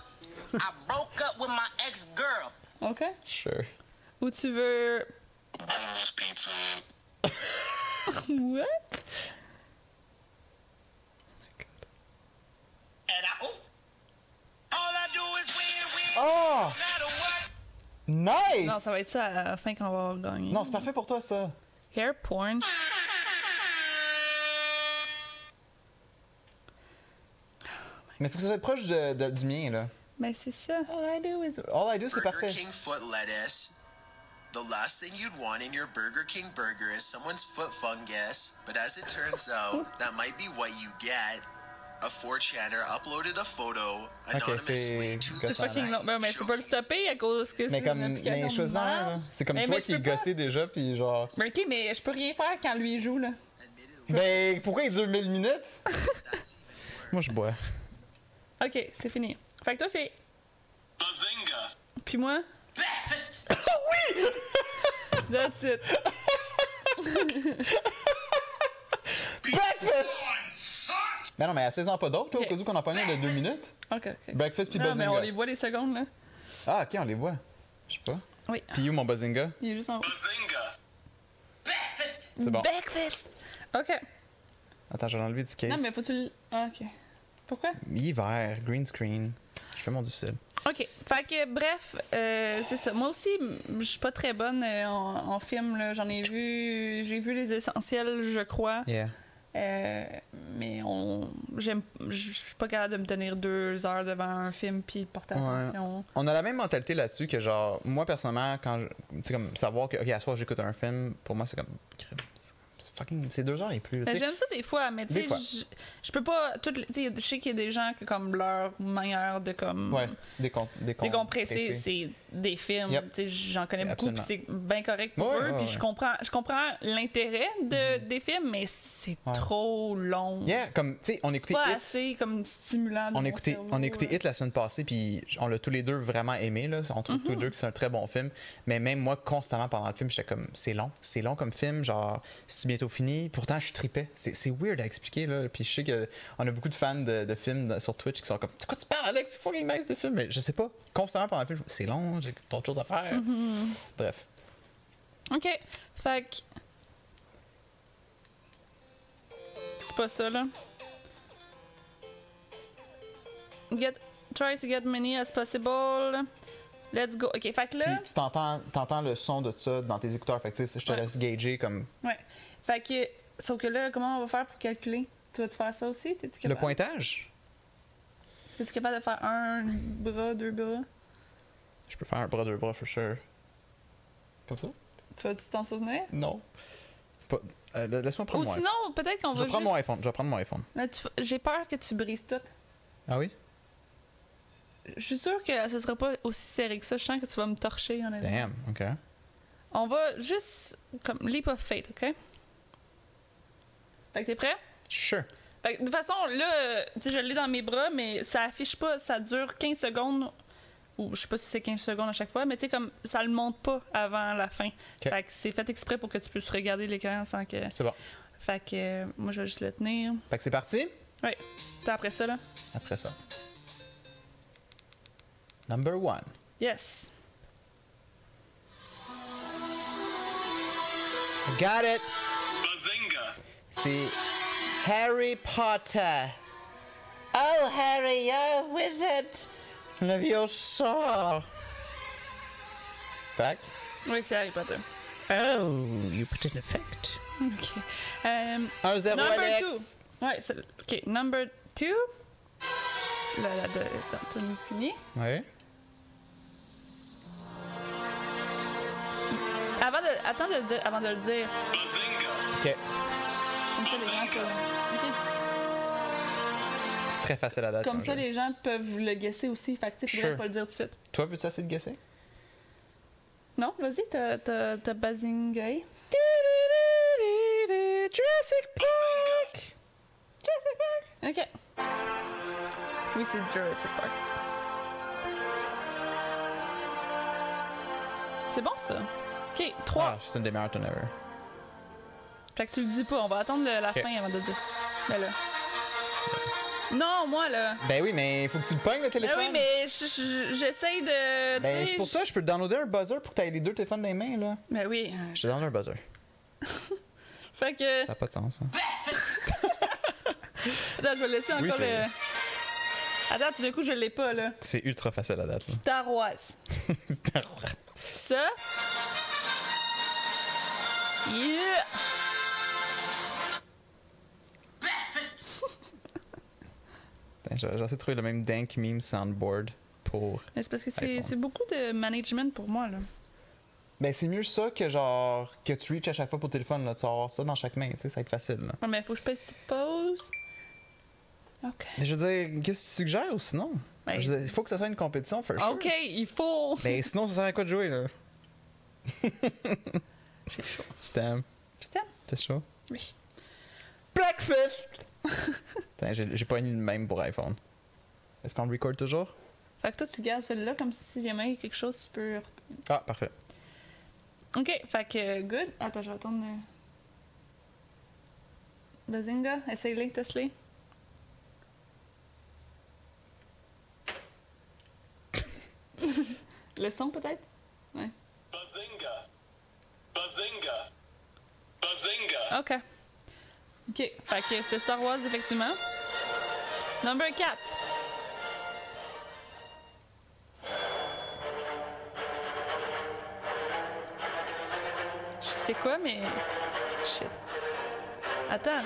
I broke up with my ex-girl. OK? Sure. Ou tu veux. What? And I, oh. All I do is win, win, Oh! no matter what. Nice! Non, ça va être ça à la fin qu'on va gagner. Non, c'est parfait pour toi, ça. Hair porn. Mais faut que ça soit proche de- de- du mien, là. Ben, c'est ça. All I do is... All I do, c'est Burger parfait. King foot lettuce. The last thing you'd want in your Burger King burger is someone's foot fungus, but as it turns out, that might be what you get. A 4chaner uploaded a photo anonymously c'est to gossant. the C'est fucking long. Ben, mais je peux pas le stopper à cause que c'est Mais comme... une application Mais de choisis un, là. merde. C'est comme Mais- toi mais je qui peux pas. gossais déjà, puis genre... Ben, ok, mais je peux rien faire quand lui il joue, là. Ben, pourquoi il dure 1000 minutes? (laughs) Moi, je bois. Ok, c'est fini. Fait que toi, c'est. Bazinga. Puis moi, Breakfast. (laughs) (laughs) that's it. Breakfast! On sucks. Mais non, mais assez-en pas d'autres, toi, Ok. au cas où qu'on en prenne un de deux minutes. Ok, ok. Breakfast puis non, mais on Bazinga. les voit les secondes, là. Ah, ok, on les voit. Je sais pas. Oui. Puis où, mon Bazinga? Il est juste en haut. Bazinga. Breakfast. C'est bon. Breakfast! Ok. Attends, je vais l'enlever du case. Non, mais faut que tu le. Ah, ok. Pourquoi? Hiver, green screen. Je fais mon difficile. Ok. Fait que, bref, euh, c'est ça. Moi aussi, m- je suis pas très bonne euh, en, en film, là. J'en ai vu. J'ai vu les essentiels, je crois. Yeah. Euh, mais on. J'aime. Je suis pas capable de me tenir deux heures devant un film puis de porter Ouais. attention. On a la même mentalité là-dessus que genre, moi personnellement, quand je- tu sais, comme savoir que, ok, à soir j'écoute un film, pour moi c'est comme. crème, c'est Fucking, c'est deux heures et plus. là, Ben, tu sais. J'aime ça des fois, mais tu Des sais, fois. je- je peux pas. toutes les- tu sais, je sais qu'il y a des gens que comme leur manière de comme Ouais, décom- décom- décompresser, presser. c'est des films. Yep. Tu sais, J'en connais beaucoup, puis Absolument. c'est bien correct pour Ouais, eux. ouais, puis ouais. Mm-hmm. je comprends, je comprends l'intérêt de, des films, mais c'est Ouais. trop long. Yeah, comme, tu sais, on C'est écoutait pas It. assez comme stimulant. de On mon a écouté, cerveau, on a écouté là. Hit la semaine passée, puis on l'a tous les deux vraiment aimé. Là. On Mm-hmm. trouve tous les deux que c'est un très bon film. Mais même moi, constamment pendant le film, j'étais comme, c'est long, c'est long comme film, genre, c'est-tu bientôt fini? Pourtant, je tripais. C'est c'est weird à expliquer, là. Puis je sais qu'on a beaucoup de fans de, de films dans- sur Twitch qui sont comme, de quoi tu parles, Alex? C'est fucking nice de film. Mais je sais pas, constamment pendant le film, c'est long, j'ai d'autres choses à faire. Mm-hmm. Bref. Ok. Fait que. C'est pas ça, là. Get, try to get many as possible. Let's go. Ok, fait que Puis là. tu t'entends t'entends le son de ça dans tes écouteurs. Fait que, tu sais, je te Ouais. laisse gager comme Ouais. Fait que. Sauf que là, comment on va faire pour calculer Tu vas-tu faire ça aussi T'es-tu le capable pointage. T'es-tu capable de faire un bras, deux bras Je peux faire un bras, deux bras, for sure. Comme ça? Tu vas-tu t'en souvenir Non. pas. euh, Laisse-moi prendre Ou mon iPhone. sinon, peut-être qu'on Je vais va prendre juste... mon iPhone. Je vais prendre mon iPhone. Là, tu- J'ai peur que tu brises tout. Ah oui? Je suis sûre que ce sera pas aussi serré que ça. Je sens que tu vas me torcher, honnêtement. Damn, ok. On va juste comme leap of faith, OK? Fait que t'es prêt? Sure. Fait que, de toute façon, là, euh, tu sais, je l'ai dans mes bras, mais ça affiche pas, ça dure 15 secondes. Ou je sais pas si c'est 15 secondes à chaque fois, mais tu sais, comme ça le monte pas avant la fin. Fait que c'est fait exprès pour que tu puisses regarder l'écran sans que. C'est bon. Fait que euh, moi, je vais juste le tenir. Fait que c'est parti? Ouais. T'as après ça, là? Après ça. Number one. Yes. I Got it! Bazinga! C'est Harry Potter. Oh, Harry, oh, wizard! Leviosa! Fait que- Oui, c'est Harry Potter. (laughs) Oh, you put an effect. OK. Euh, 1-0 Number Alex. two. Ouais, c'est- OK. Number two. Là, là, de, attends, tu nous finis. Oui. Avant de, attends de le dire, avant de le dire. Bazinga! Ok. Comme ça, les gens peuvent, C'est très facile à date. hein, comme comme ça, jeu. les gens peuvent le guesser aussi. Fait que tu sais, faudrait Sure. pas le dire tout de suite. Toi, veux-tu essayer de guesser? Non, vas-y, t'as- t'as t'as bazingué. Jurassic Park! Jurassic Park! OK. Oui, c'est Jurassic Park. C'est bon, ça. OK, 3. Ah, c'est une des meilleures tunes ever. Fait que tu le dis pas, on va attendre le- la Ah. Ok. fin avant de le dire. Ben là. Non, moi là. Ben oui, mais faut que tu le pognes le Ben téléphone. oui, mais je- je- j'essaye de. tu Ben sais, c'est pour ça, je peux te downloader un buzzer pour que t'aies les deux téléphones dans les mains, là. je- Ben oui. Je te donne un buzzer. Fait que. Ça n'a pas de sens, hein. Attends, je vais laisser Oui, encore je- le. Attends, tout d'un coup, je l'ai pas là. C'est ultra facile à date, là. Star (laughs) Wars. Ça. Yeah! Attends, Ben, je vais- J'essaie de trouver le même dank meme soundboard pour... Mais c'est parce que c'est iPhone. c'est beaucoup de management pour moi là. Ben c'est mieux ça que genre... Que tu reaches à chaque fois pour le téléphone, là. Tu vas avoir ça dans chaque main, tu sais, ça va être facile, là. Ouais, mais faut que je passe petite pause. Ok. Mais je veux dire, qu'est-ce que tu suggères ou sinon? Ben, Je veux dire, il faut que ça soit une compétition, first. sure. Ok, il faut. Ben sinon, ça sert à quoi de jouer, (laughs) là? J'ai chaud. Je t'aime. Je t'aime. T'es chaud? Oui. Breakfast! Attends, j'ai j'ai pas une même pour iPhone. Est-ce qu'on record toujours? Fait que toi, tu gardes celui-là comme si si jamais il y a quelque chose, tu peux. Ah, parfait. Ok, fait que euh, good. Attends, je vais attendre. euh. Bazinga, essaye-les, (laughs) teste-les. Le son, peut-être? Ouais. Bazinga! Bazinga! Bazinga! Ok. Ok, fait que c'était Star Wars, effectivement. Number 4. Je sais quoi, mais. Shit. Attends.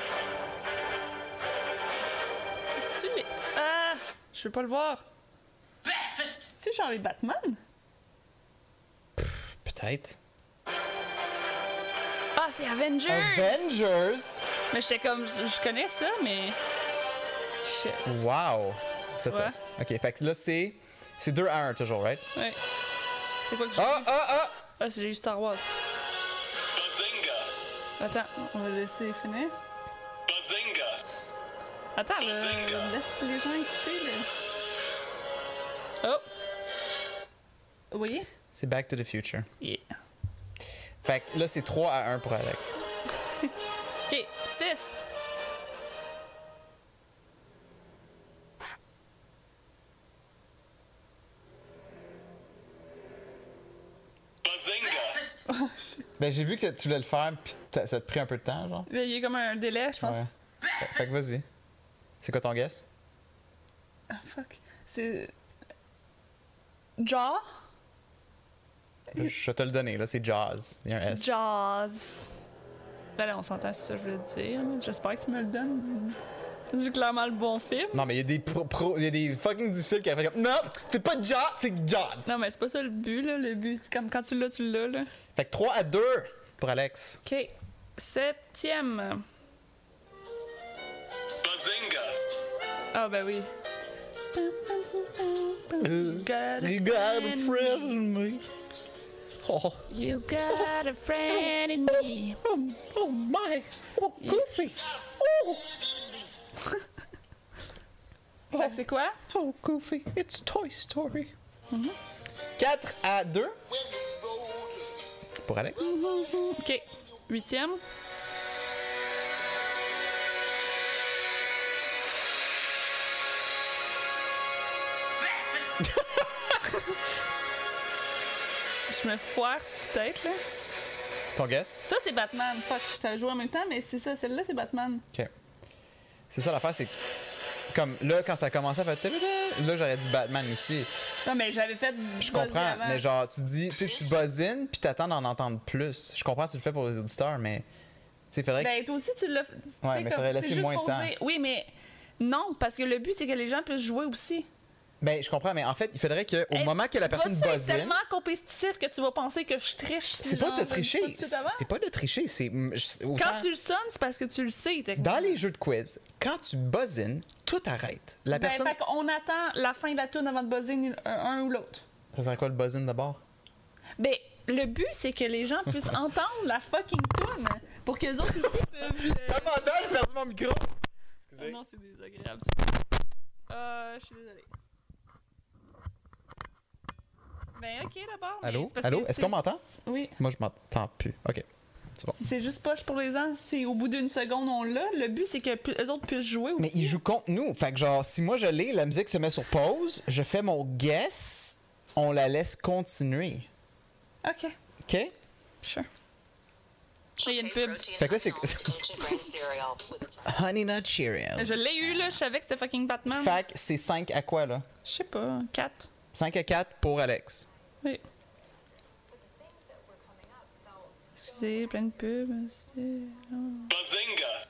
C'est-tu les. Ah! Je veux pas le voir. C'est-tu genre les Batman? Peut-être. Ah, c'est Avengers! Avengers! Mais j'étais comme. Je je connais ça, mais. Shit. Wow! C'est Ouais. tough. Ok, fait que là, c'est. C'est 2 à 1 toujours, right? Ouais. C'est quoi que j'ai Ah, eu? ah, ah! Ah, c'est- j'ai eu Star Wars. Bazinga! Attends, on va laisser finir. Bazinga! Attends, là, laisse les gens écouter, là. Oh! Vous voyez? C'est Back to the Future. Yeah. Fait que là, c'est 3 à 1 pour Alex. OK, 6. Bazinga! Ben, j'ai vu que tu voulais le faire, pis t'as- ça te pris un peu de temps, genre. Il y a comme un délai, je pense. Ouais. Fait, fait que vas-y. C'est quoi ton guess? Ah, fuck. C'est... Jaw? Je vais te le donner, là, c'est Jaws. Il y a un S. Jaws. Ben là, on s'entend, c'est ça que je voulais te dire. là. J'espère que tu me le donnes. C'est clairement le bon film. Non, mais il y a des pro, pro- il y a des fucking difficiles qui arrivent comme Non, c'est pas Jaws, c'est Jaws! Non, mais c'est pas ça le but, là. Le but, c'est comme quand tu l'as, tu l'as, là. Fait que 3 à 2 pour Alex. OK. Septième. Bazinga! Ah, ben oui. You got a You got a friend. friend in me. Oh, You got a friend in (laughs) me. oh, oh my. Oh, Goofy. Oh, Fait que c'est quoi? oh, Goofy. It's Toy Story. 4 à 2 pour Alex. Ok. Huitième. Breakfast! (laughs) Je me foire, peut-être, là. Ton guess? Ça, c'est Batman. Fuck, t'as joué en même temps, mais c'est ça. Celle-là, c'est Batman. Ok. C'est ça l'affaire, c'est que. Comme là, quand ça a commencé à faire. tadada, Là, j'aurais dit Batman aussi. Non, mais j'avais fait. Je comprends, mais genre, tu dis, tu sais, tu buzzines, puis t'attends d'en entendre plus. Je comprends, tu le fais pour les auditeurs, mais. Tu sais, faudrait que. Ben, toi aussi, tu l'as. Ouais, tu sais, mais comme, faudrait c'est laisser juste moins de pour temps. dire- Oui, mais non, parce que le but, c'est que les gens puissent jouer aussi. Ben, je comprends, mais en fait, il faudrait que au Hey, moment que la personne vas-tu être buzzine. tellement compétitif que tu vas penser que je triche. si C'est pas j'en de donne tricher. tout de suite avant? C'est pas de tricher. C'est. je- autant- Quand tu le sonnes, c'est parce que tu le sais. techniquement. Dans les jeux de quiz, quand tu buzzines, tout arrête. La Ben, personne. fait qu'on attend la fin de la tourne avant de buzzer ni- un, un ou l'autre. Ça serait quoi le buzzin d'abord? Ben, le but, c'est que les gens (laughs) puissent entendre la fucking tourne pour que les autres aussi peuvent. euh, le- Amanda, j'ai perdu mon micro! Oh non, c'est désagréable. ça. Euh, je suis désolée. Ben, ok, d'abord. mais Allô? c'est parce Allô? que Est-ce c'est- qu'on m'entend? Oui. Moi, je m'entends plus. Ok. Si c'est juste poche pour les anges, c'est au bout d'une seconde, on l'a. Le but, c'est que pu- eux autres puissent jouer aussi. Mais il joue contre nous. Fait que genre, si moi je l'ai, la musique se met sur pause, je fais mon guess, on la laisse continuer. Ok, OK? sure. Il y a une pub. Fait que là, c'est- Honey Nut Je Cheerios. l'ai eu, là. Je savais que c'était fucking Batman. Fait que c'est 5 à quoi, là? Je sais pas, 4. 5 à 4 pour Alex. Oui. Excusez, plein de pubs. c'est- Bazinga!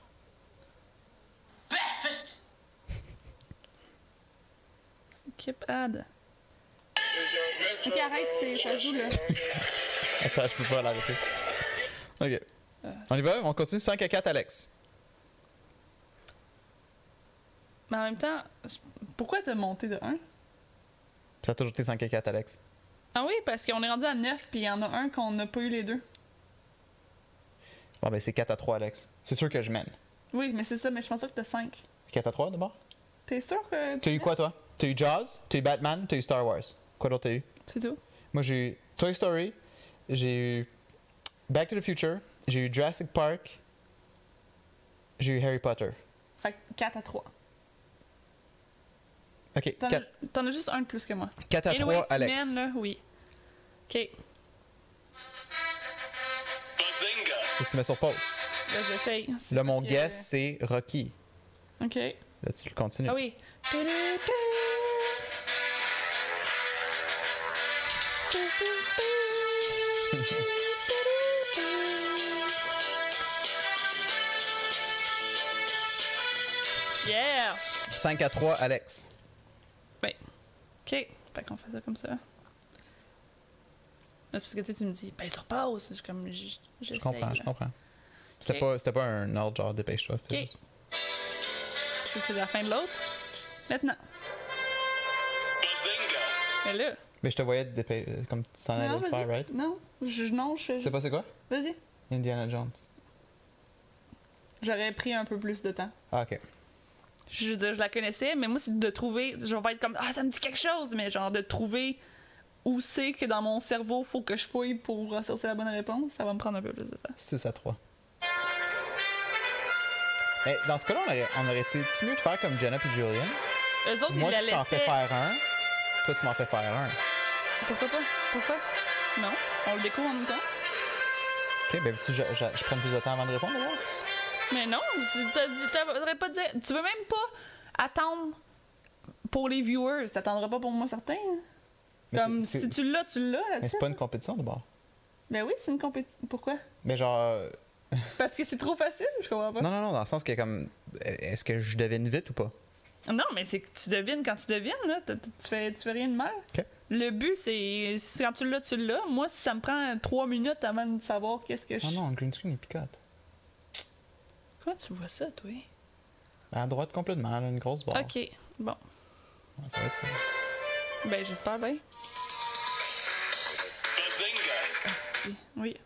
Breakfast! Keep ad. Ok, arrête, c'est- ça joue, là. Attends, je peux pas l'arrêter. OK. On y va? On continue? 5 à 4, Alex. Mais en même temps, je- pourquoi t'as monté de 1? Ça a toujours été 5 à 4, Alex. Ah oui, parce qu'on est rendu à 9, puis il y en a un qu'on n'a pas eu les deux. Bon, ben c'est 4 à 3, Alex. C'est sûr que je mène. Oui, mais c'est ça, mais je pense pas que t'as 5. 4 à 3, d'abord? T'es sûr que. T'as eu quoi, toi? T'as eu Jaws? T'as eu Batman? T'as eu Star Wars? Quoi d'autre t'as eu? C'est tout. Moi, j'ai eu Toy Story, j'ai eu Back to the Future, j'ai eu Jurassic Park, j'ai eu Harry Potter. Fait que 4 à 3. Ok, T'en 4, as- t'en as juste un de plus que moi. à 3, Anyway, tu Alex. mènes, là, oui. Ok, Bazinga! Et tu mets sur pause. là, j'essaye. C'est Là, mon parce que- guess, c'est Rocky. Ok. Là, tu le continues. Ah oui. (laughs) Yeah! 5 à 3, Alex. Ouais. Ok. Fait qu'on fait ça comme ça. Mais C'est parce que tu sais, tu me dis, ben sur pause. Je suis comme, j- j'essaye. Je comprends, je là. comprends. C'était Ok. pas, c'était pas un ordre genre dépêche-toi. c'était Ok. juste- Ça, c'est la fin de l'autre. Maintenant. Bazinga! Mais là. Mais je te voyais te dépêcher, euh, comme tu t'en allais le vas-y. faire, right? Non, je, non, je Tu sais pas c'est quoi? Vas-y. Indiana Jones. J'aurais pris un peu plus de temps. Ah, ok. Je veux dire, je la connaissais, mais moi, c'est de trouver. Je vais être comme, ah, ça me dit quelque chose, mais genre de trouver où c'est que dans mon cerveau, faut que je fouille pour ressortir la bonne réponse. Ça va me prendre un peu plus de temps. 6 à 3. Mais dans ce cas-là, on aurait, on aurait été tu mieux de faire comme Jenna et Julian. Eux autres, Moi, ils la je t'en fais laissaient. faire un. Toi, tu m'en fais faire un. Pourquoi pas? Pourquoi? Non, on le découvre en même temps. Ok, ben, tu, je, je- je prends plus de temps avant de répondre, alors? Mais non, tu t'as dit- t'aurais pas dit. Tu veux même pas attendre pour les viewers. T'attendras pas pour moi, certain. hein. Mais Comme c'est- si c'est- tu l'as, tu l'as. Mais là-dessus. c'est pas une compétition, d'abord. Ben oui, c'est une compétition. Pourquoi? Mais genre. euh, Parce que c'est trop facile, je comprends pas. Non, non, non, dans le sens que, comme. Est-ce que je devine vite ou pas? Non, mais c'est que tu devines quand tu devines, là. T- t- Tu fais, tu fais rien de mal. Ok. Le but, c'est c'est Ah quand tu l'as, tu l'as. Moi, si ça me prend trois minutes avant de savoir qu'est-ce que je. Oh non, le green screen, il picote. Comment tu vois ça, toi? À droite complètement, là, une grosse barre. Ok, bon. Ouais, ça va être ça. Ben, j'espère bien. Bazinga! Asti. Oui.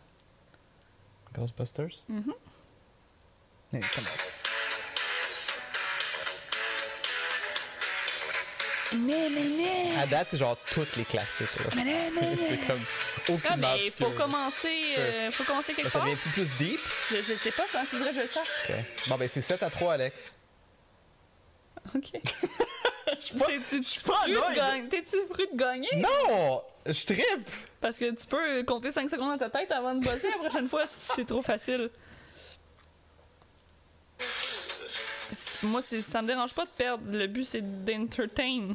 Ghostbusters? Mhm. Hey, come on. Mais, mais, mais! À date, c'est genre toutes les classiques. là. Mais non, mais (laughs) c'est non. comme aucune Non, mais obscure. Ah, ben, faut commencer, euh, faut commencer quelque Ben, Ça part. devient-tu plus deep? Je, je sais pas, quand tu dirais, je le sens. Ok. Bon, ben c'est 7 à 3, Alex. Ok. (laughs) T'es-tu fru annoyed. de gagner? T'es-tu fru de gagner? Non! Je trippe! Parce que tu peux compter 5 secondes dans ta tête avant de bosser la prochaine fois si c'est trop facile. C'est- Moi, c'est- ça me dérange pas de perdre. Le but, c'est d'entertain.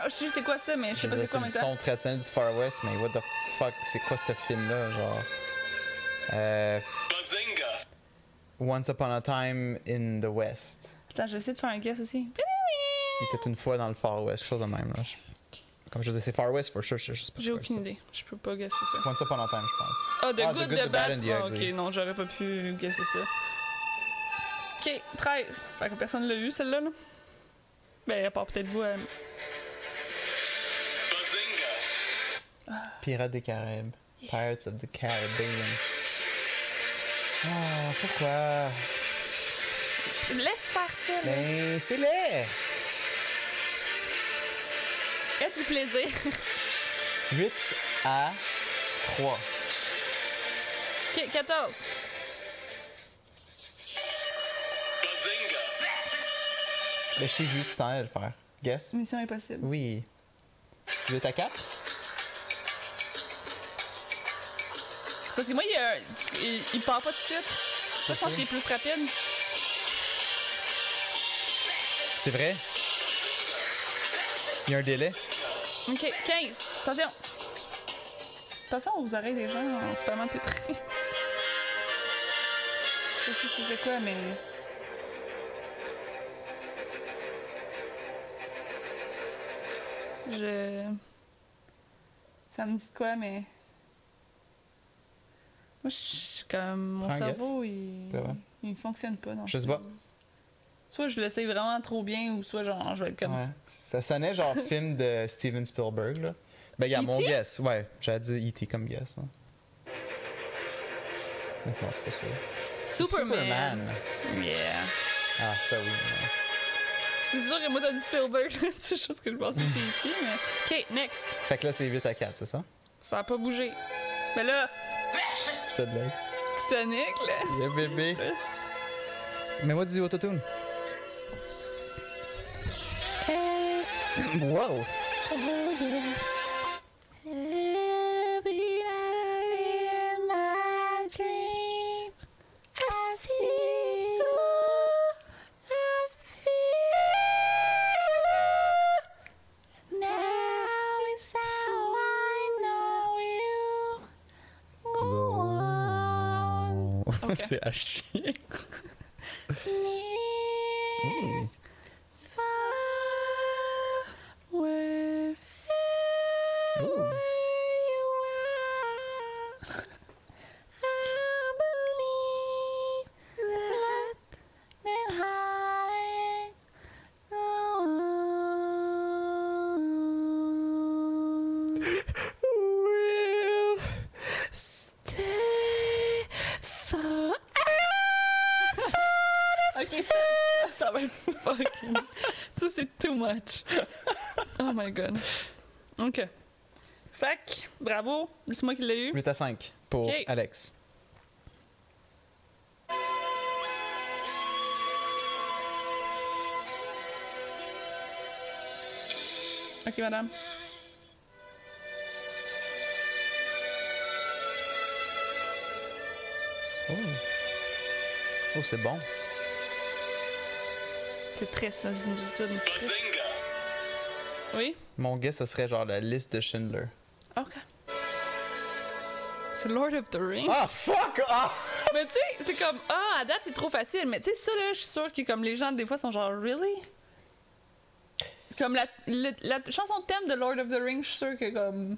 Oh, Je sais c'est quoi ça, mais je sais pas C'est c'est quoi le maintenant. son traditionnel du Far West, mais what the fuck, c'est quoi ce film-là, genre? Euh, Bazinga! Once Upon a Time in the West. Attends, je vais essayer de faire un guess aussi. Il était une fois dans le Far West, chose de même, là. Je- Comme je disais, c'est Far West, for sure, je je sais pas. J'ai c'est quoi, aucune ça. idée. Je peux pas guesser ça. Once Upon a Time, je pense. Ah, The Ah, The Good, Good, The, The Bad Bad. and The Ah, ok, Ugly. non, j'aurais pas pu guesser ça. Ok, 13. Fait que personne l'a vu, celle-là, là. Ben, à part peut-être vous. euh, Bazinga! Pirates des Caraïbes. Pirates of the Caribbean. Ah, pourquoi? Laisse faire ça, là. Ben, c'est laid! Faites du plaisir. (laughs) 8 à 3. ok, 14. Bazinga! Ben, je t'ai vu, tu t'en allais le faire. Guess? Mission impossible. Oui. 8 à 4? Parce que moi, il, y a un- il, il part pas tout de suite. Moi, je pense sûr. qu'il est plus rapide. C'est vrai? Il y a un délai? Ok, 15. Attention. Attention aux oreilles des gens en spammant tes traits. Je sais tu fais quoi, mais. Je. Ça me dit de quoi, mais. Moi, je suis comme. Mon Prends un cerveau, il. Ouais, ouais. Il fonctionne pas. dans Je sais ce- pas. Soit je le sais vraiment trop bien, ou soit genre, je vais être comme. Ouais. Ça sonnait genre film de Steven Spielberg, là. Ben, regarde, mon E.T.? guess. Ouais, j'allais dire E.T. comme guess. hein. Mais non, c'est pas ça. Superman. Superman. Yeah. Ah, ça oui. ouais. C'est sûr que moi, t'as dit Spielberg, (laughs) c'est chose que je pensais que c'est ici, mais. Ok, next. Fait que là, c'est 8 à 4, c'est ça? Ça a pas bougé. Mais là, Je te laisse. Sonic, là. Le bébé. Mais moi, dis autotune. (laughs) wow! Ok. c'est à chier. Ouais. Ok, ça, ça va être fucking. Ça, c'est too much. Oh my god. Ok. Fac, bravo. C'est moi qui l'ai eu. 8 à 5 pour Ok. Alex. Ok, madame. Oh, oh c'est bon. C'est très ça, c'est une étude. Bazinga! Oui? Mon guess, ce serait genre la liste de Schindler. Ok. C'est Lord of the Rings. Ah, fuck! Ah! Mais tu sais, c'est comme, ah, à date, c'est trop facile. Mais tu sais, ça, là, je suis sûre que comme les gens, des fois, sont genre, really? Comme la, le- la chanson de thème de Lord of the Rings, je suis sûre que comme.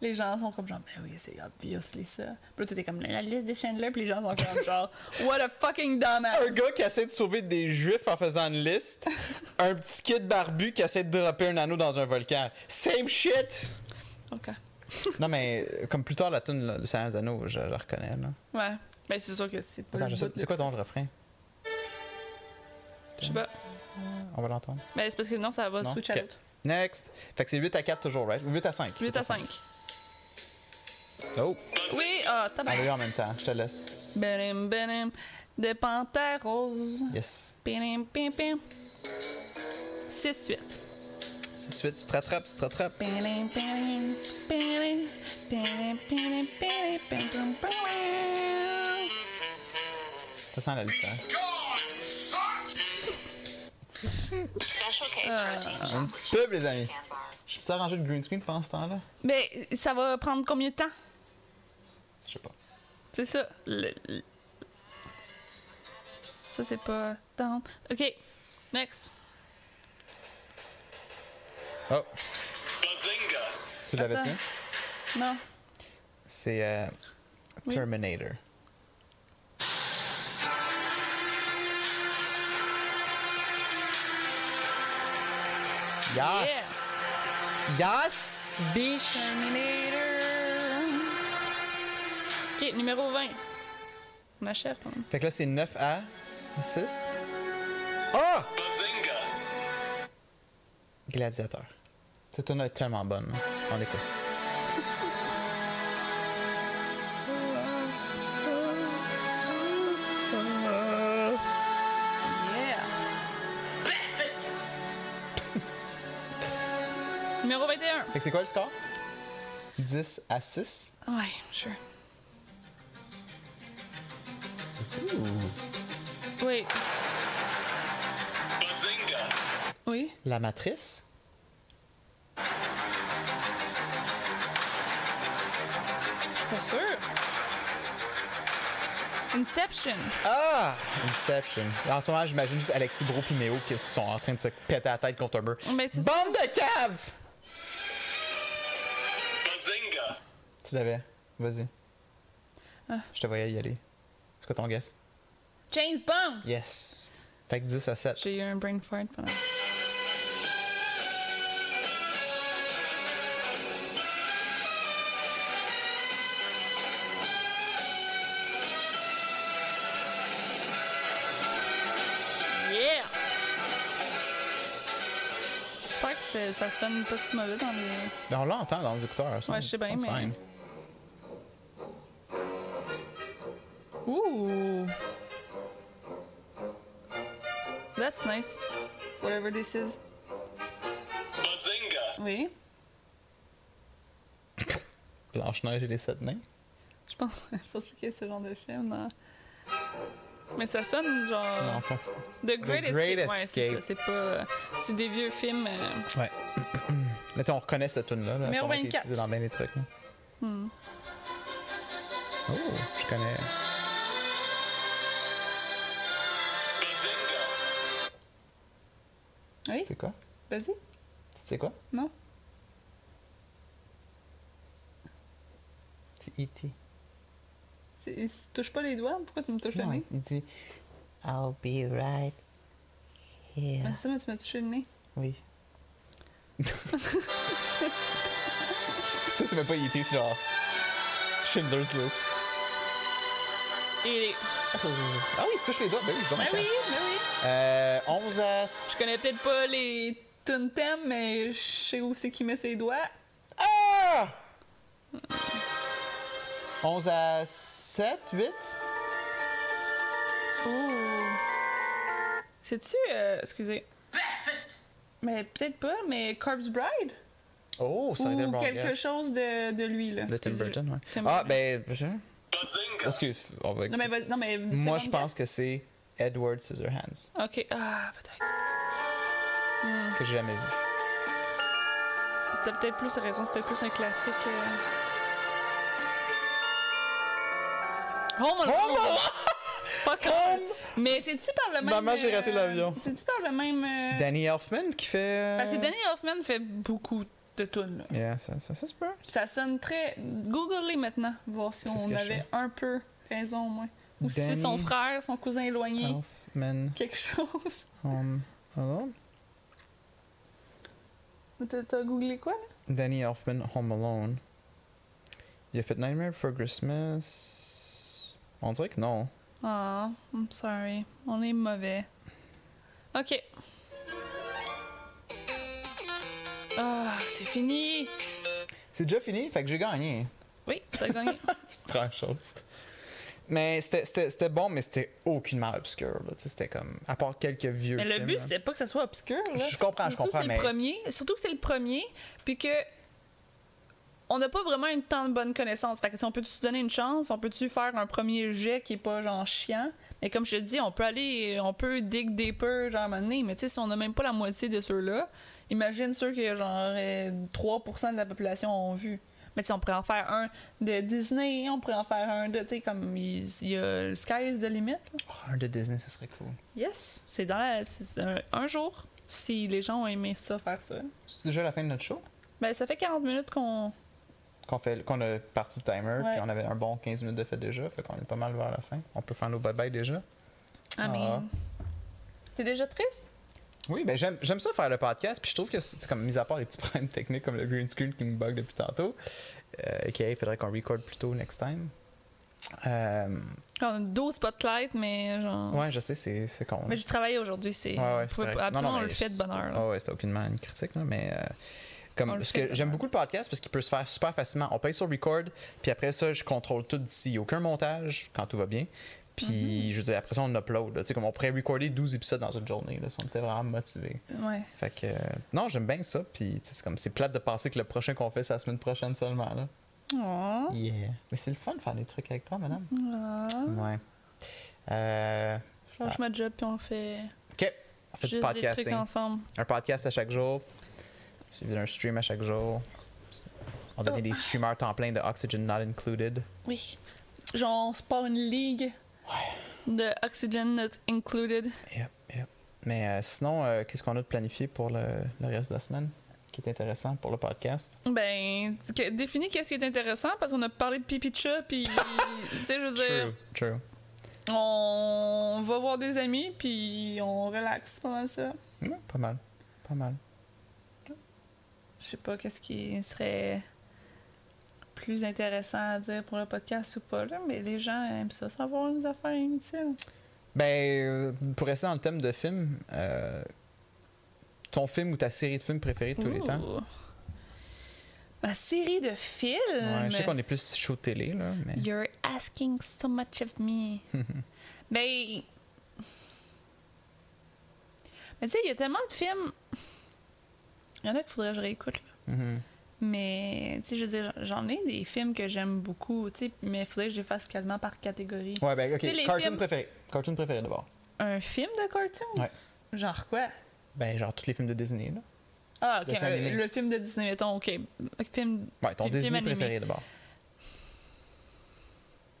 les gens sont comme genre, ben oui, c'est obviously ça. Puis là, tout est comme la liste des Chandler, puis les gens sont comme genre, what a fucking dumbass. Un gars qui essaie de sauver des juifs en faisant une (laughs) liste. un petit kid barbu qui essaie de dropper un anneau dans un volcan. Same shit! Ok. non, mais euh, comme plus tard, la tune là, de Seigneur des Anneaux, je la reconnais. Là. Ouais. Ben c'est sûr que c'est pas. Attends, le je sais- bout de- c'est quoi ton refrain? Je sais pas. On va l'entendre. Ben c'est parce que non, ça va Non? switch Ok. à l'autre. Next! Fait que c'est 8 à 4 toujours, right? Ou 8 à 5. 8 à 5. Oh! Oui, ah, On l'a eu tabac. en même temps. Je te laisse. Benim, benim. De panthère rose. Yes. Benim, pim, pim. 6-8. C'est suite. Tu te rattrapes, tu te rattrapes. Benim, benim, benim. Benim, benim, benim, benim, benim, benim. Ça sent la lutte. Special K protein shots. Un petit pub, les amis. Je peux arranger le green screen pendant ce temps-là? Mais ça va prendre combien de temps? Je sais pas. C'est ça. le- le- Ça, c'est pas. Don't. Ok. Next. Oh! Bazinga! Tu l'avais Attends. dit? Non. C'est euh, Oui. Terminator. Yes! Yes, bitch! Terminator. Ok, numéro 20. On achève quand même. Fait que là, c'est 9 à 6. Ah! Bazinga! Gladiateur. Cette tune est tellement bonne. On l'écoute. Yeah. (laughs) Numéro 21. Fait que c'est quoi le score? 10 à 6. Ouais, sure. Oui. Bazinga! Oui. La matrice. Je suis pas sûre. Inception. Ah! Inception. En ce moment, j'imagine juste Alexis Bro et Méo qui sont en train de se péter la tête contre un mur. Mais c'est Ah. Bande de cave! Bazinga! Tu l'avais. Vas-y. Ah. Je te voyais y aller. C'est quoi ton guess? James Bond. Yes. Fait que 10 à 7. J'ai eu un brain fart pendant. Yeah! J'espère que c'est- ça sonne pas si mauvais dans les. Mais on l'entend dans les écouteurs. ça, Ouais, je sais bien, that's mais- fine. Ooh! That's nice. Whatever this is. Bazinga! Oui? Blanche-Neige et les sept nains. Je pense, (laughs) je pense pas qu'il y a ce genre de film. hein. Mais ça sonne genre. Non, c'est pas- The Great, The Great Escape. Ouais, c'est Escape. ça. C'est pas. C'est des vieux films. euh, Ouais. (clears throat) Là, tu sais, on reconnaît cette tune-là. Là, Numéro Hmm. Ça aurait été 24. utilisé dans bien des trucs. là. Oh, je connais. Bazinga! Ah Oui? C'est quoi? Vas-y. C'est quoi? Non? C'est E E.T. C'est- Tu touches pas les doigts? Pourquoi tu me touches Non, le nez? il dit I'll be right Mais here. Ah, c'est ça, mais tu m'as touché le nez. Oui. ça, c'est même pas E.T., c'est genre Schindler's List. Et. Ah oui, il se touche les doigts. Ben oui, je Ben oui, ben oui. euh, 11 à. Je connais peut-être pas les tunes thèmes, mais je sais où c'est qui met ses doigts. Ah! 11 à 7, 8? Ouh. Sais-tu. euh, excusez. Mais peut-être pas, mais Corpse Bride? Oh, ça a été un Ou bon quelque guess. chose de, de lui, là. De Tim Excusez. Burton, ouais. Tim ah, Burton. ben. je- Bazinga! Excuse, on va. Non, mais, vas- non, mais c'est Moi, bon je pense guess. que c'est Edward Scissorhands, Ok. Ah, peut-être. que j'ai jamais vu. T'as peut-être plus raison, c'était plus un classique. euh. Home Alone! Fuck off. Mais c'est-tu par le même. Maman, j'ai raté euh, l'avion. C'est-tu par le même. euh, Danny Elfman qui fait. euh, Parce que Danny Hoffman fait beaucoup de tune. là. Yeah, ça, ça, ça se peut. Ça sonne très. Google-les maintenant, voir si C'est ce on que je avait fais. un peu raison au moins. Ou Danny- Ah. si son frère, son cousin éloigné, Elfman quelque (laughs) chose. Home Alone. T'as t'as googlé quoi, là? Danny Elfman Home Alone. Il a fait Nightmare Before Christmas. On dirait que non. Ah, I'm sorry. On est mauvais. Ok. Ah, c'est fini! C'est déjà fini, fait que j'ai gagné. Oui, t'as gagné. Première chose. Mais c'était- c'était c'était bon, mais c'était aucunement obscur. là. Tu sais, C'était comme. À part quelques vieux. Mais le films, but, là. c'était pas que ça soit obscur. Là. Je comprends, je Surtout que comprends, c'est mais- le premier, surtout que c'est le premier, puis que. On n'a pas vraiment une tant de bonne connaissance. Fait que si on peut-tu se donner une chance, on peut-tu faire un premier jet qui est pas genre chiant. Mais comme je te dis, on peut aller, on peut dig deeper, genre à un moment donné. Mais tu sais, si on n'a même pas la moitié de ceux-là, imagine ceux que genre euh, 3% de la population ont vu. Mais tu sais, on pourrait en faire un de Disney, on pourrait en faire un de, tu sais, comme il il y a Sky is the Limit. Oh, un de Disney, ce serait cool. Yes, c'est dans la, c'est un, un jour. Si les gens ont aimé ça, faire ça. C'est déjà la fin de notre show. Ben, ça fait 40 minutes qu'on. Qu'on fait- qu'on a parti le timer, Ouais. puis on avait un bon 15 minutes de fait déjà. Fait qu'on est pas mal vers la fin. On peut faire nos bye-bye déjà. Ah, mais. Ah. T'es déjà triste? Oui, ben j'aime j'aime ça faire le podcast, puis je trouve que c'est c'est comme, mis à part les petits (laughs) problèmes techniques comme le green screen qui me bug depuis tantôt, euh, ok, il faudrait qu'on record plus tôt next time. Euh, On a 12 spotlights, mais genre. ouais, je sais, c'est c'est con. Mais j'ai travaillé aujourd'hui, c'est. Ouais, ouais, on c'est pouvait correct. pas- Non, absolument, non, on le mais fait de bonne heure. là. Ah ouais, c'était aucunement une critique, là, mais euh, On comme, le ce fait de que bonne j'aime heure, beaucoup le podcast parce qu'il peut se faire super facilement. On paye sur record, puis après ça, je contrôle tout d'ici. Aucun montage, quand tout va bien. Mhm. Puis, je veux dire, après ça, on upload. là. Tu sais, comme on pourrait recorder 12 épisodes dans une journée, là, si on était vraiment motivé. Ouais. Fait que, euh, non, j'aime bien ça. Puis, tu sais, c'est comme, c'est plate de penser que le prochain qu'on fait, c'est la semaine prochaine seulement, là. Oh. Yeah. Mais c'est le fun de faire des trucs avec toi, madame. Ah. Ouais. Euh, Change ma job, puis on fait. OK. On fait du juste des podcasting. trucs ensemble. Un podcast à chaque jour, suivi d'un stream à chaque jour. On devient Oh. des streamers temps plein de Oxygen Not Included. Oui. Genre, on se part une ligue. De Oxygen Not Included. Yep, yep. Mais euh, sinon, euh, qu'est-ce qu'on a de planifié pour le, le reste de la semaine qui est intéressant pour le podcast? Ben, que- définis qu'est-ce qui est intéressant parce qu'on a parlé de pipi de chat, puis. (laughs) tu sais, je veux dire. True. On va voir des amis, puis on relaxe pas mal ça. Ouais, Hmm, pas mal. Pas mal. Je sais pas qu'est-ce qui serait plus intéressant à dire pour le podcast ou pas, là, mais les gens aiment ça, savoir les affaires inutiles. Ben, euh, pour rester dans le thème de film, euh, ton film ou ta série de films préférée de tous les temps? Ouh. Ma série de films. Ouais, je sais qu'on est plus show télé, là, mais. You're asking so much of (laughs) me. ben. Mais tu sais, il y a tellement de films. Il y en a qu'il faudrait que je réécoute, là. Mhm. Mais, tu sais, je veux dire, j'en ai des films que j'aime beaucoup, tu sais, mais il faudrait que je les fasse quasiment par catégorie. Ouais, ben, ok. Tu sais, les Cartoon films- préféré. Cartoon préféré d'abord. Un film de cartoon? Ouais. Genre quoi? Ben, genre tous les films de Disney, là. Ah, ok, Dessin animé. le, le film de Disney, mettons, ok. Film, Ouais, ton film- film Disney animé. préféré d'abord.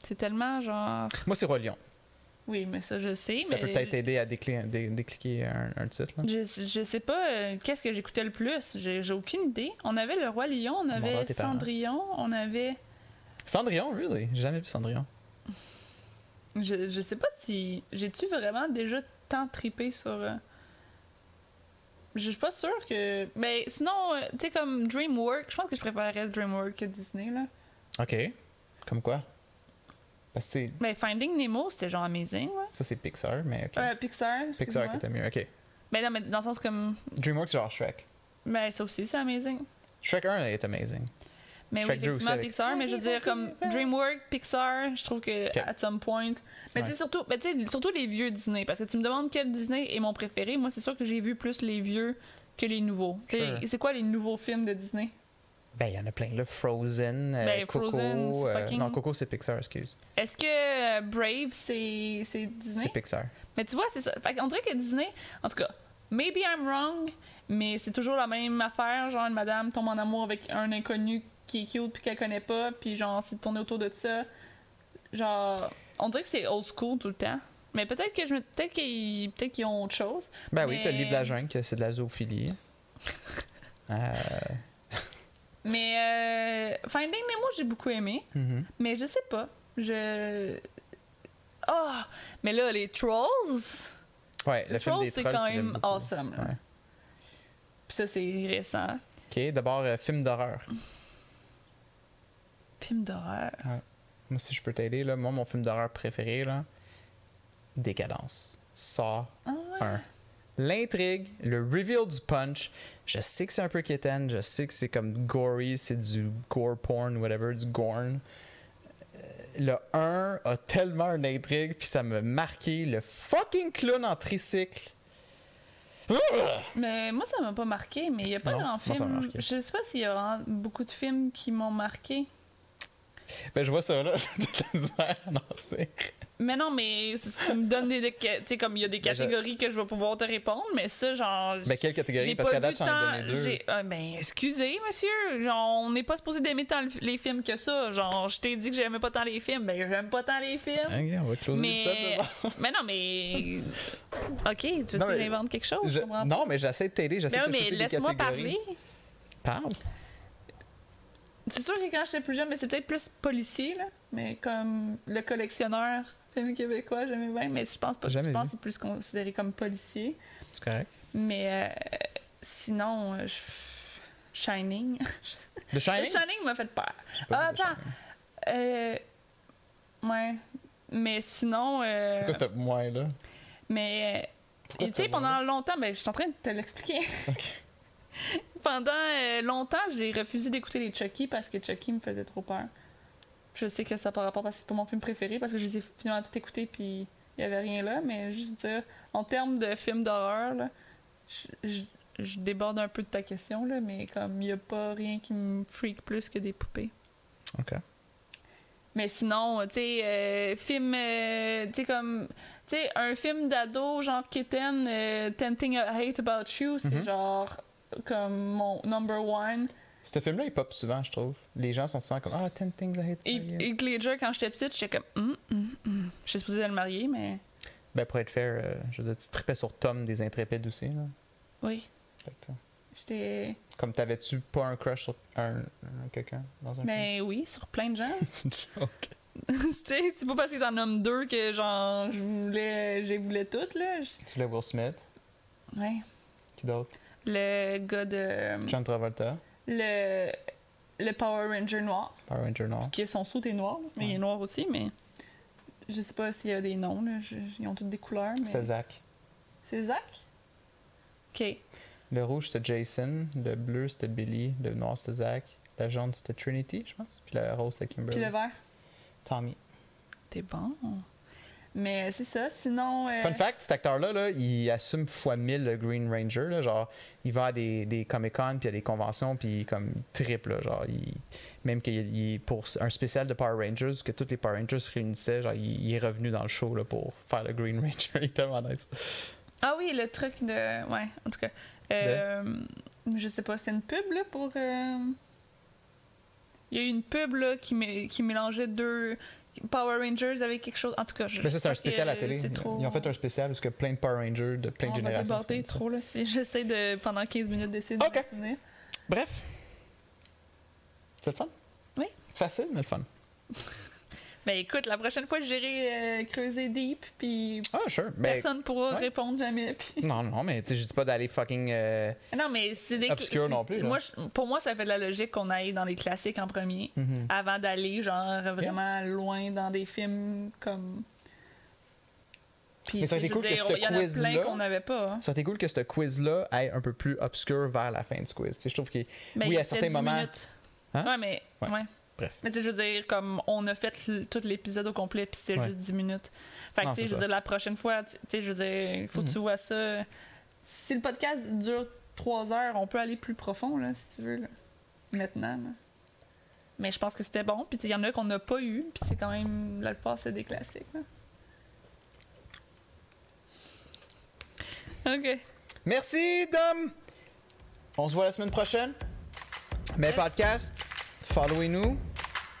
C'est tellement genre. Moi, c'est Roi Lion. Oui, mais ça, je sais. Ça mais peut peut-être aider à décli- dé- décliquer un, un titre. Là. Je, je sais pas euh, qu'est-ce que j'écoutais le plus. J'ai j'ai aucune idée. On avait Le Roi Lion, on Demande à avait tes parents. Cendrillon, on avait. Cendrillon, really? J'ai jamais vu Cendrillon. Je, je sais pas si. J'ai-tu vraiment déjà tant tripé sur. euh, Je suis pas sûre que. Mais sinon, euh, tu sais, comme Dreamworks, je pense que je préférerais Dreamworks que Disney, là. Ok. Comme quoi? Parce que tu sais, Mais Ben, Finding Nemo, c'était genre amazing, ouais. ça c'est Pixar, mais ok. Euh, Pixar, Pixar excuse-moi. qui était mieux, ok. Mais non, mais dans le sens comme. DreamWorks, genre Shrek. Ben, ça aussi, c'est amazing. Shrek 1 est amazing. Mais Shrek oui, deux aussi effectivement, avec- Pixar, mais je veux dire, comme DreamWorks, Pixar, je trouve que Ok. at some point. Mais tu Ouais. sais, surtout, mais tu sais, surtout les vieux Disney, parce que tu me demandes quel Disney est mon préféré. Moi, c'est sûr que j'ai vu plus les vieux que les nouveaux. Tu sais, Sure. C'est quoi les nouveaux films de Disney Ben, il y en a plein, là. Frozen, euh, Ben, Coco. Frozen, c'est euh, fucking- Non, Coco, c'est Pixar, excuse. Est-ce que euh, Brave, c'est c'est C'est Disney Pixar. Mais tu vois, c'est ça. Fait qu'on dirait que Disney, en tout cas, maybe I'm wrong, mais c'est toujours la même affaire. Genre, une madame tombe en amour avec un inconnu qui est cute puis qu'elle connaît pas, puis genre, c'est tourné autour de ça. Genre, on dirait que c'est old school tout le temps. Mais peut-être que je me... peut-être qu'ils peut-être qu'ils ont autre chose. Ben oui, t'as le Mais- livre de la jungle, que c'est de la zoophilie. Euh, Mais euh, Finding Nemo, j'ai beaucoup aimé. Mm-hmm. Mais je sais pas. Je. Oh! Mais là, les Trolls. Ouais, le les film Trolls, des c'est trolls. quand tu l'aimes même beaucoup. awesome. là. Ouais. Puis ça, c'est récent. Ok, d'abord, euh, film d'horreur. Film d'horreur. Moi, si je peux t'aider, là, moi, mon film d'horreur préféré, là, Décadence. Saw Ah ouais. 1. L'intrigue, le reveal du punch. Je sais que c'est un peu kitten, je sais que c'est comme gory, c'est du gore porn, whatever, du gorn. Euh, Le 1 a tellement une intrigue, puis ça m'a marqué. Le fucking clown en tricycle. Ah! Mais moi, ça m'a pas marqué, mais il y a pas Non, grand moi, ça m'a film. marqué. Je sais pas s'il y a vraiment beaucoup de films qui m'ont marqué. Ben, je vois ça, là. (laughs) T'as de la misère à en dire. Mais non, mais si tu me donnes des. des- Tu sais, comme il y a des Ben, je- catégories que je vais pouvoir te répondre, mais ça, genre. Ben, quelle catégorie? Parce qu'à date, j'en ai donné deux. j'ai- ah, ben, excusez, monsieur. Genre, on n'est pas supposé d'aimer tant le- les films que ça. Genre, je t'ai dit que j'aimais pas tant les films. Ben, j'aime pas tant les films. Ok, on va closer l'épisode mais. (laughs) d'abord. mais non, mais. Ok, tu veux-tu Non, mais- réinventer quelque chose? Je- Je comprends Ben Non, mais j'essaie de t'aider, j'essaie Mais, de ouais, te mais shooter des laisse-moi catégories. parler. Parle. C'est sûr que quand j'étais plus jeune, mais c'est peut-être plus policier, là. Mais comme le collectionneur, film québécois, j'aimais bien. Mais je pense pas. Je Jamais pense que vu. c'est plus considéré comme policier. C'est correct. Mais euh, sinon, euh, je- Shining. The Le (laughs) (laughs) Shining? Shining m'a fait peur. J'ai pas Ah, vu The attends. Shining. Euh, ouais. Mais sinon. euh, C'est quoi ce moins là? Mais. euh, Pourquoi Tu sais, ce pendant mot-là? longtemps, ben, je suis en train de te l'expliquer. (laughs) Ok. pendant euh, longtemps, j'ai refusé d'écouter les Chucky parce que Chucky me faisait trop peur. Je sais que ça par rapport parce que c'est pas mon film préféré parce que je les ai finalement tout écoutés puis il y avait rien là, mais juste dire en termes de films d'horreur, là, je, je- je déborde un peu de ta question là, mais comme il y a pas rien qui me freak plus que des poupées. Ok. Mais sinon, tu sais, euh, film, euh, tu sais, comme, tu sais, un film d'ado, genre Kitten, euh, Ten Things I Hate About You, c'est Mhm. genre comme mon number one. Ce film-là, il pop souvent, je trouve. Les gens sont souvent comme Ah, 10 Things I Hate. Et, About You. et Glager, quand j'étais petite, j'étais comme, hum, hum, hum. J'étais supposée le marier, mais Ben, pour être fair, euh, je veux dire, tu trippais sur Tom des Intrépides aussi. Là. oui, Fait que, tu sais, j'étais. comme t'avais-tu pas un crush sur un, un- quelqu'un dans un Ben oui, sur plein de gens. film? (laughs) Ok. (laughs) tu sais, c'est pas parce que t'en nommes deux que, genre, je voulais, j'ai voulais toutes, là. J- Tu l'as Will Smith, Ouais. qui d'autre? Le gars de. John Travolta, Le. Le Power Ranger noir. Power Ranger Noir. qui son sou est noir, mais il est Ouais. noir aussi, mais je sais pas s'il y a des noms, là. je- ils ont toutes des couleurs. Mais... C'est Zach. C'est Zach? Ok. Le rouge, c'était Jason. Le bleu, c'était Billy. Le noir, c'était Zach. La jaune, c'était Trinity, je pense. Puis la rose, c'était Kimberly. Puis le vert? Tommy. T'es bon. Mais c'est ça, sinon. euh, Fun fact, cet acteur-là, là, il assume fois mille le Green Ranger. Là, genre, il va à des, des Comic-Con, puis à des conventions, puis comme, il triple. là, genre, il- même qu'il il- pour un spécial de Power Rangers, que tous les Power Rangers se réunissaient, genre, il, il est revenu dans le show là, pour faire le Green (laughs) Ranger. il est tellement nice. Ah oui, le truc de. Ouais, en tout cas. Euh, Je sais pas, c'est une pub, là, pour. euh, Il y a eu une pub, là, qui, mé- qui mélangeait deux. Power Rangers avec quelque chose. En tout cas, je. Mais ça, c'est un parce que spécial à télé. euh, c'est trop- Ils ont fait un spécial où il y a plein de Power Rangers de plein de On va générations. déborder trop, là. si J'essaie de, pendant 15 minutes, d'essayer de Ok. me souvenir. Bref, c'est le fun. Oui. Facile, mais le fun. Ben écoute, la prochaine fois, j'irai euh, creuser deep, puis Ah, sure. Ben, personne pourra ouais. répondre jamais. puis- (laughs) non, non, mais tu sais, je dis pas d'aller fucking. euh, Non, mais c'est des. Obscur non plus, là. Moi, je- pour moi, ça fait de la logique qu'on aille dans les classiques en premier, mhm. avant d'aller, genre, vraiment loin dans des films comme. Puis, Mais ça aurait tu sais, été cool que je veux ce dire, il y en a quiz-là- plein qu'on n'avait pas. hein. Ça aurait été cool que ce quiz-là aille un peu plus obscur vers la fin du quiz. Tu sais, je trouve que Ben, oui, il à était certains 10 moments. minutes. Hein? Ouais, mais. Ouais. ouais. Bref. Mais tu sais, je veux dire, comme on a fait l- tout l'épisode au complet, puis c'était Ouais. juste 10 minutes. Fait que, Non, tu sais, c'est je veux ça. Mhm. dire, la prochaine fois, tu tu sais, je veux dire, il faut que tu vois ça. Si le podcast dure 3 heures, on peut aller plus profond, là, si tu veux, là. Maintenant, là. Mais je pense que c'était bon, puis tu sais, il y en a qu'on n'a pas eu, puis c'est quand même, la plupart, c'est des classiques, là. Ok. Merci, Dom! On se voit la semaine prochaine. Mes podcasts, followez-nous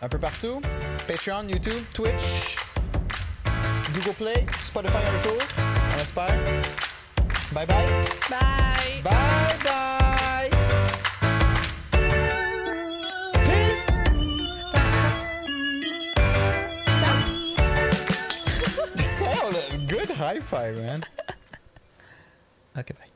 un peu partout. Patreon, YouTube, Twitch, Google Play, Spotify un jour. On espère. Bye bye. Bye! Bye (laughs) bye. Bye. Oh, (laughs) high five, man. Okay, bye.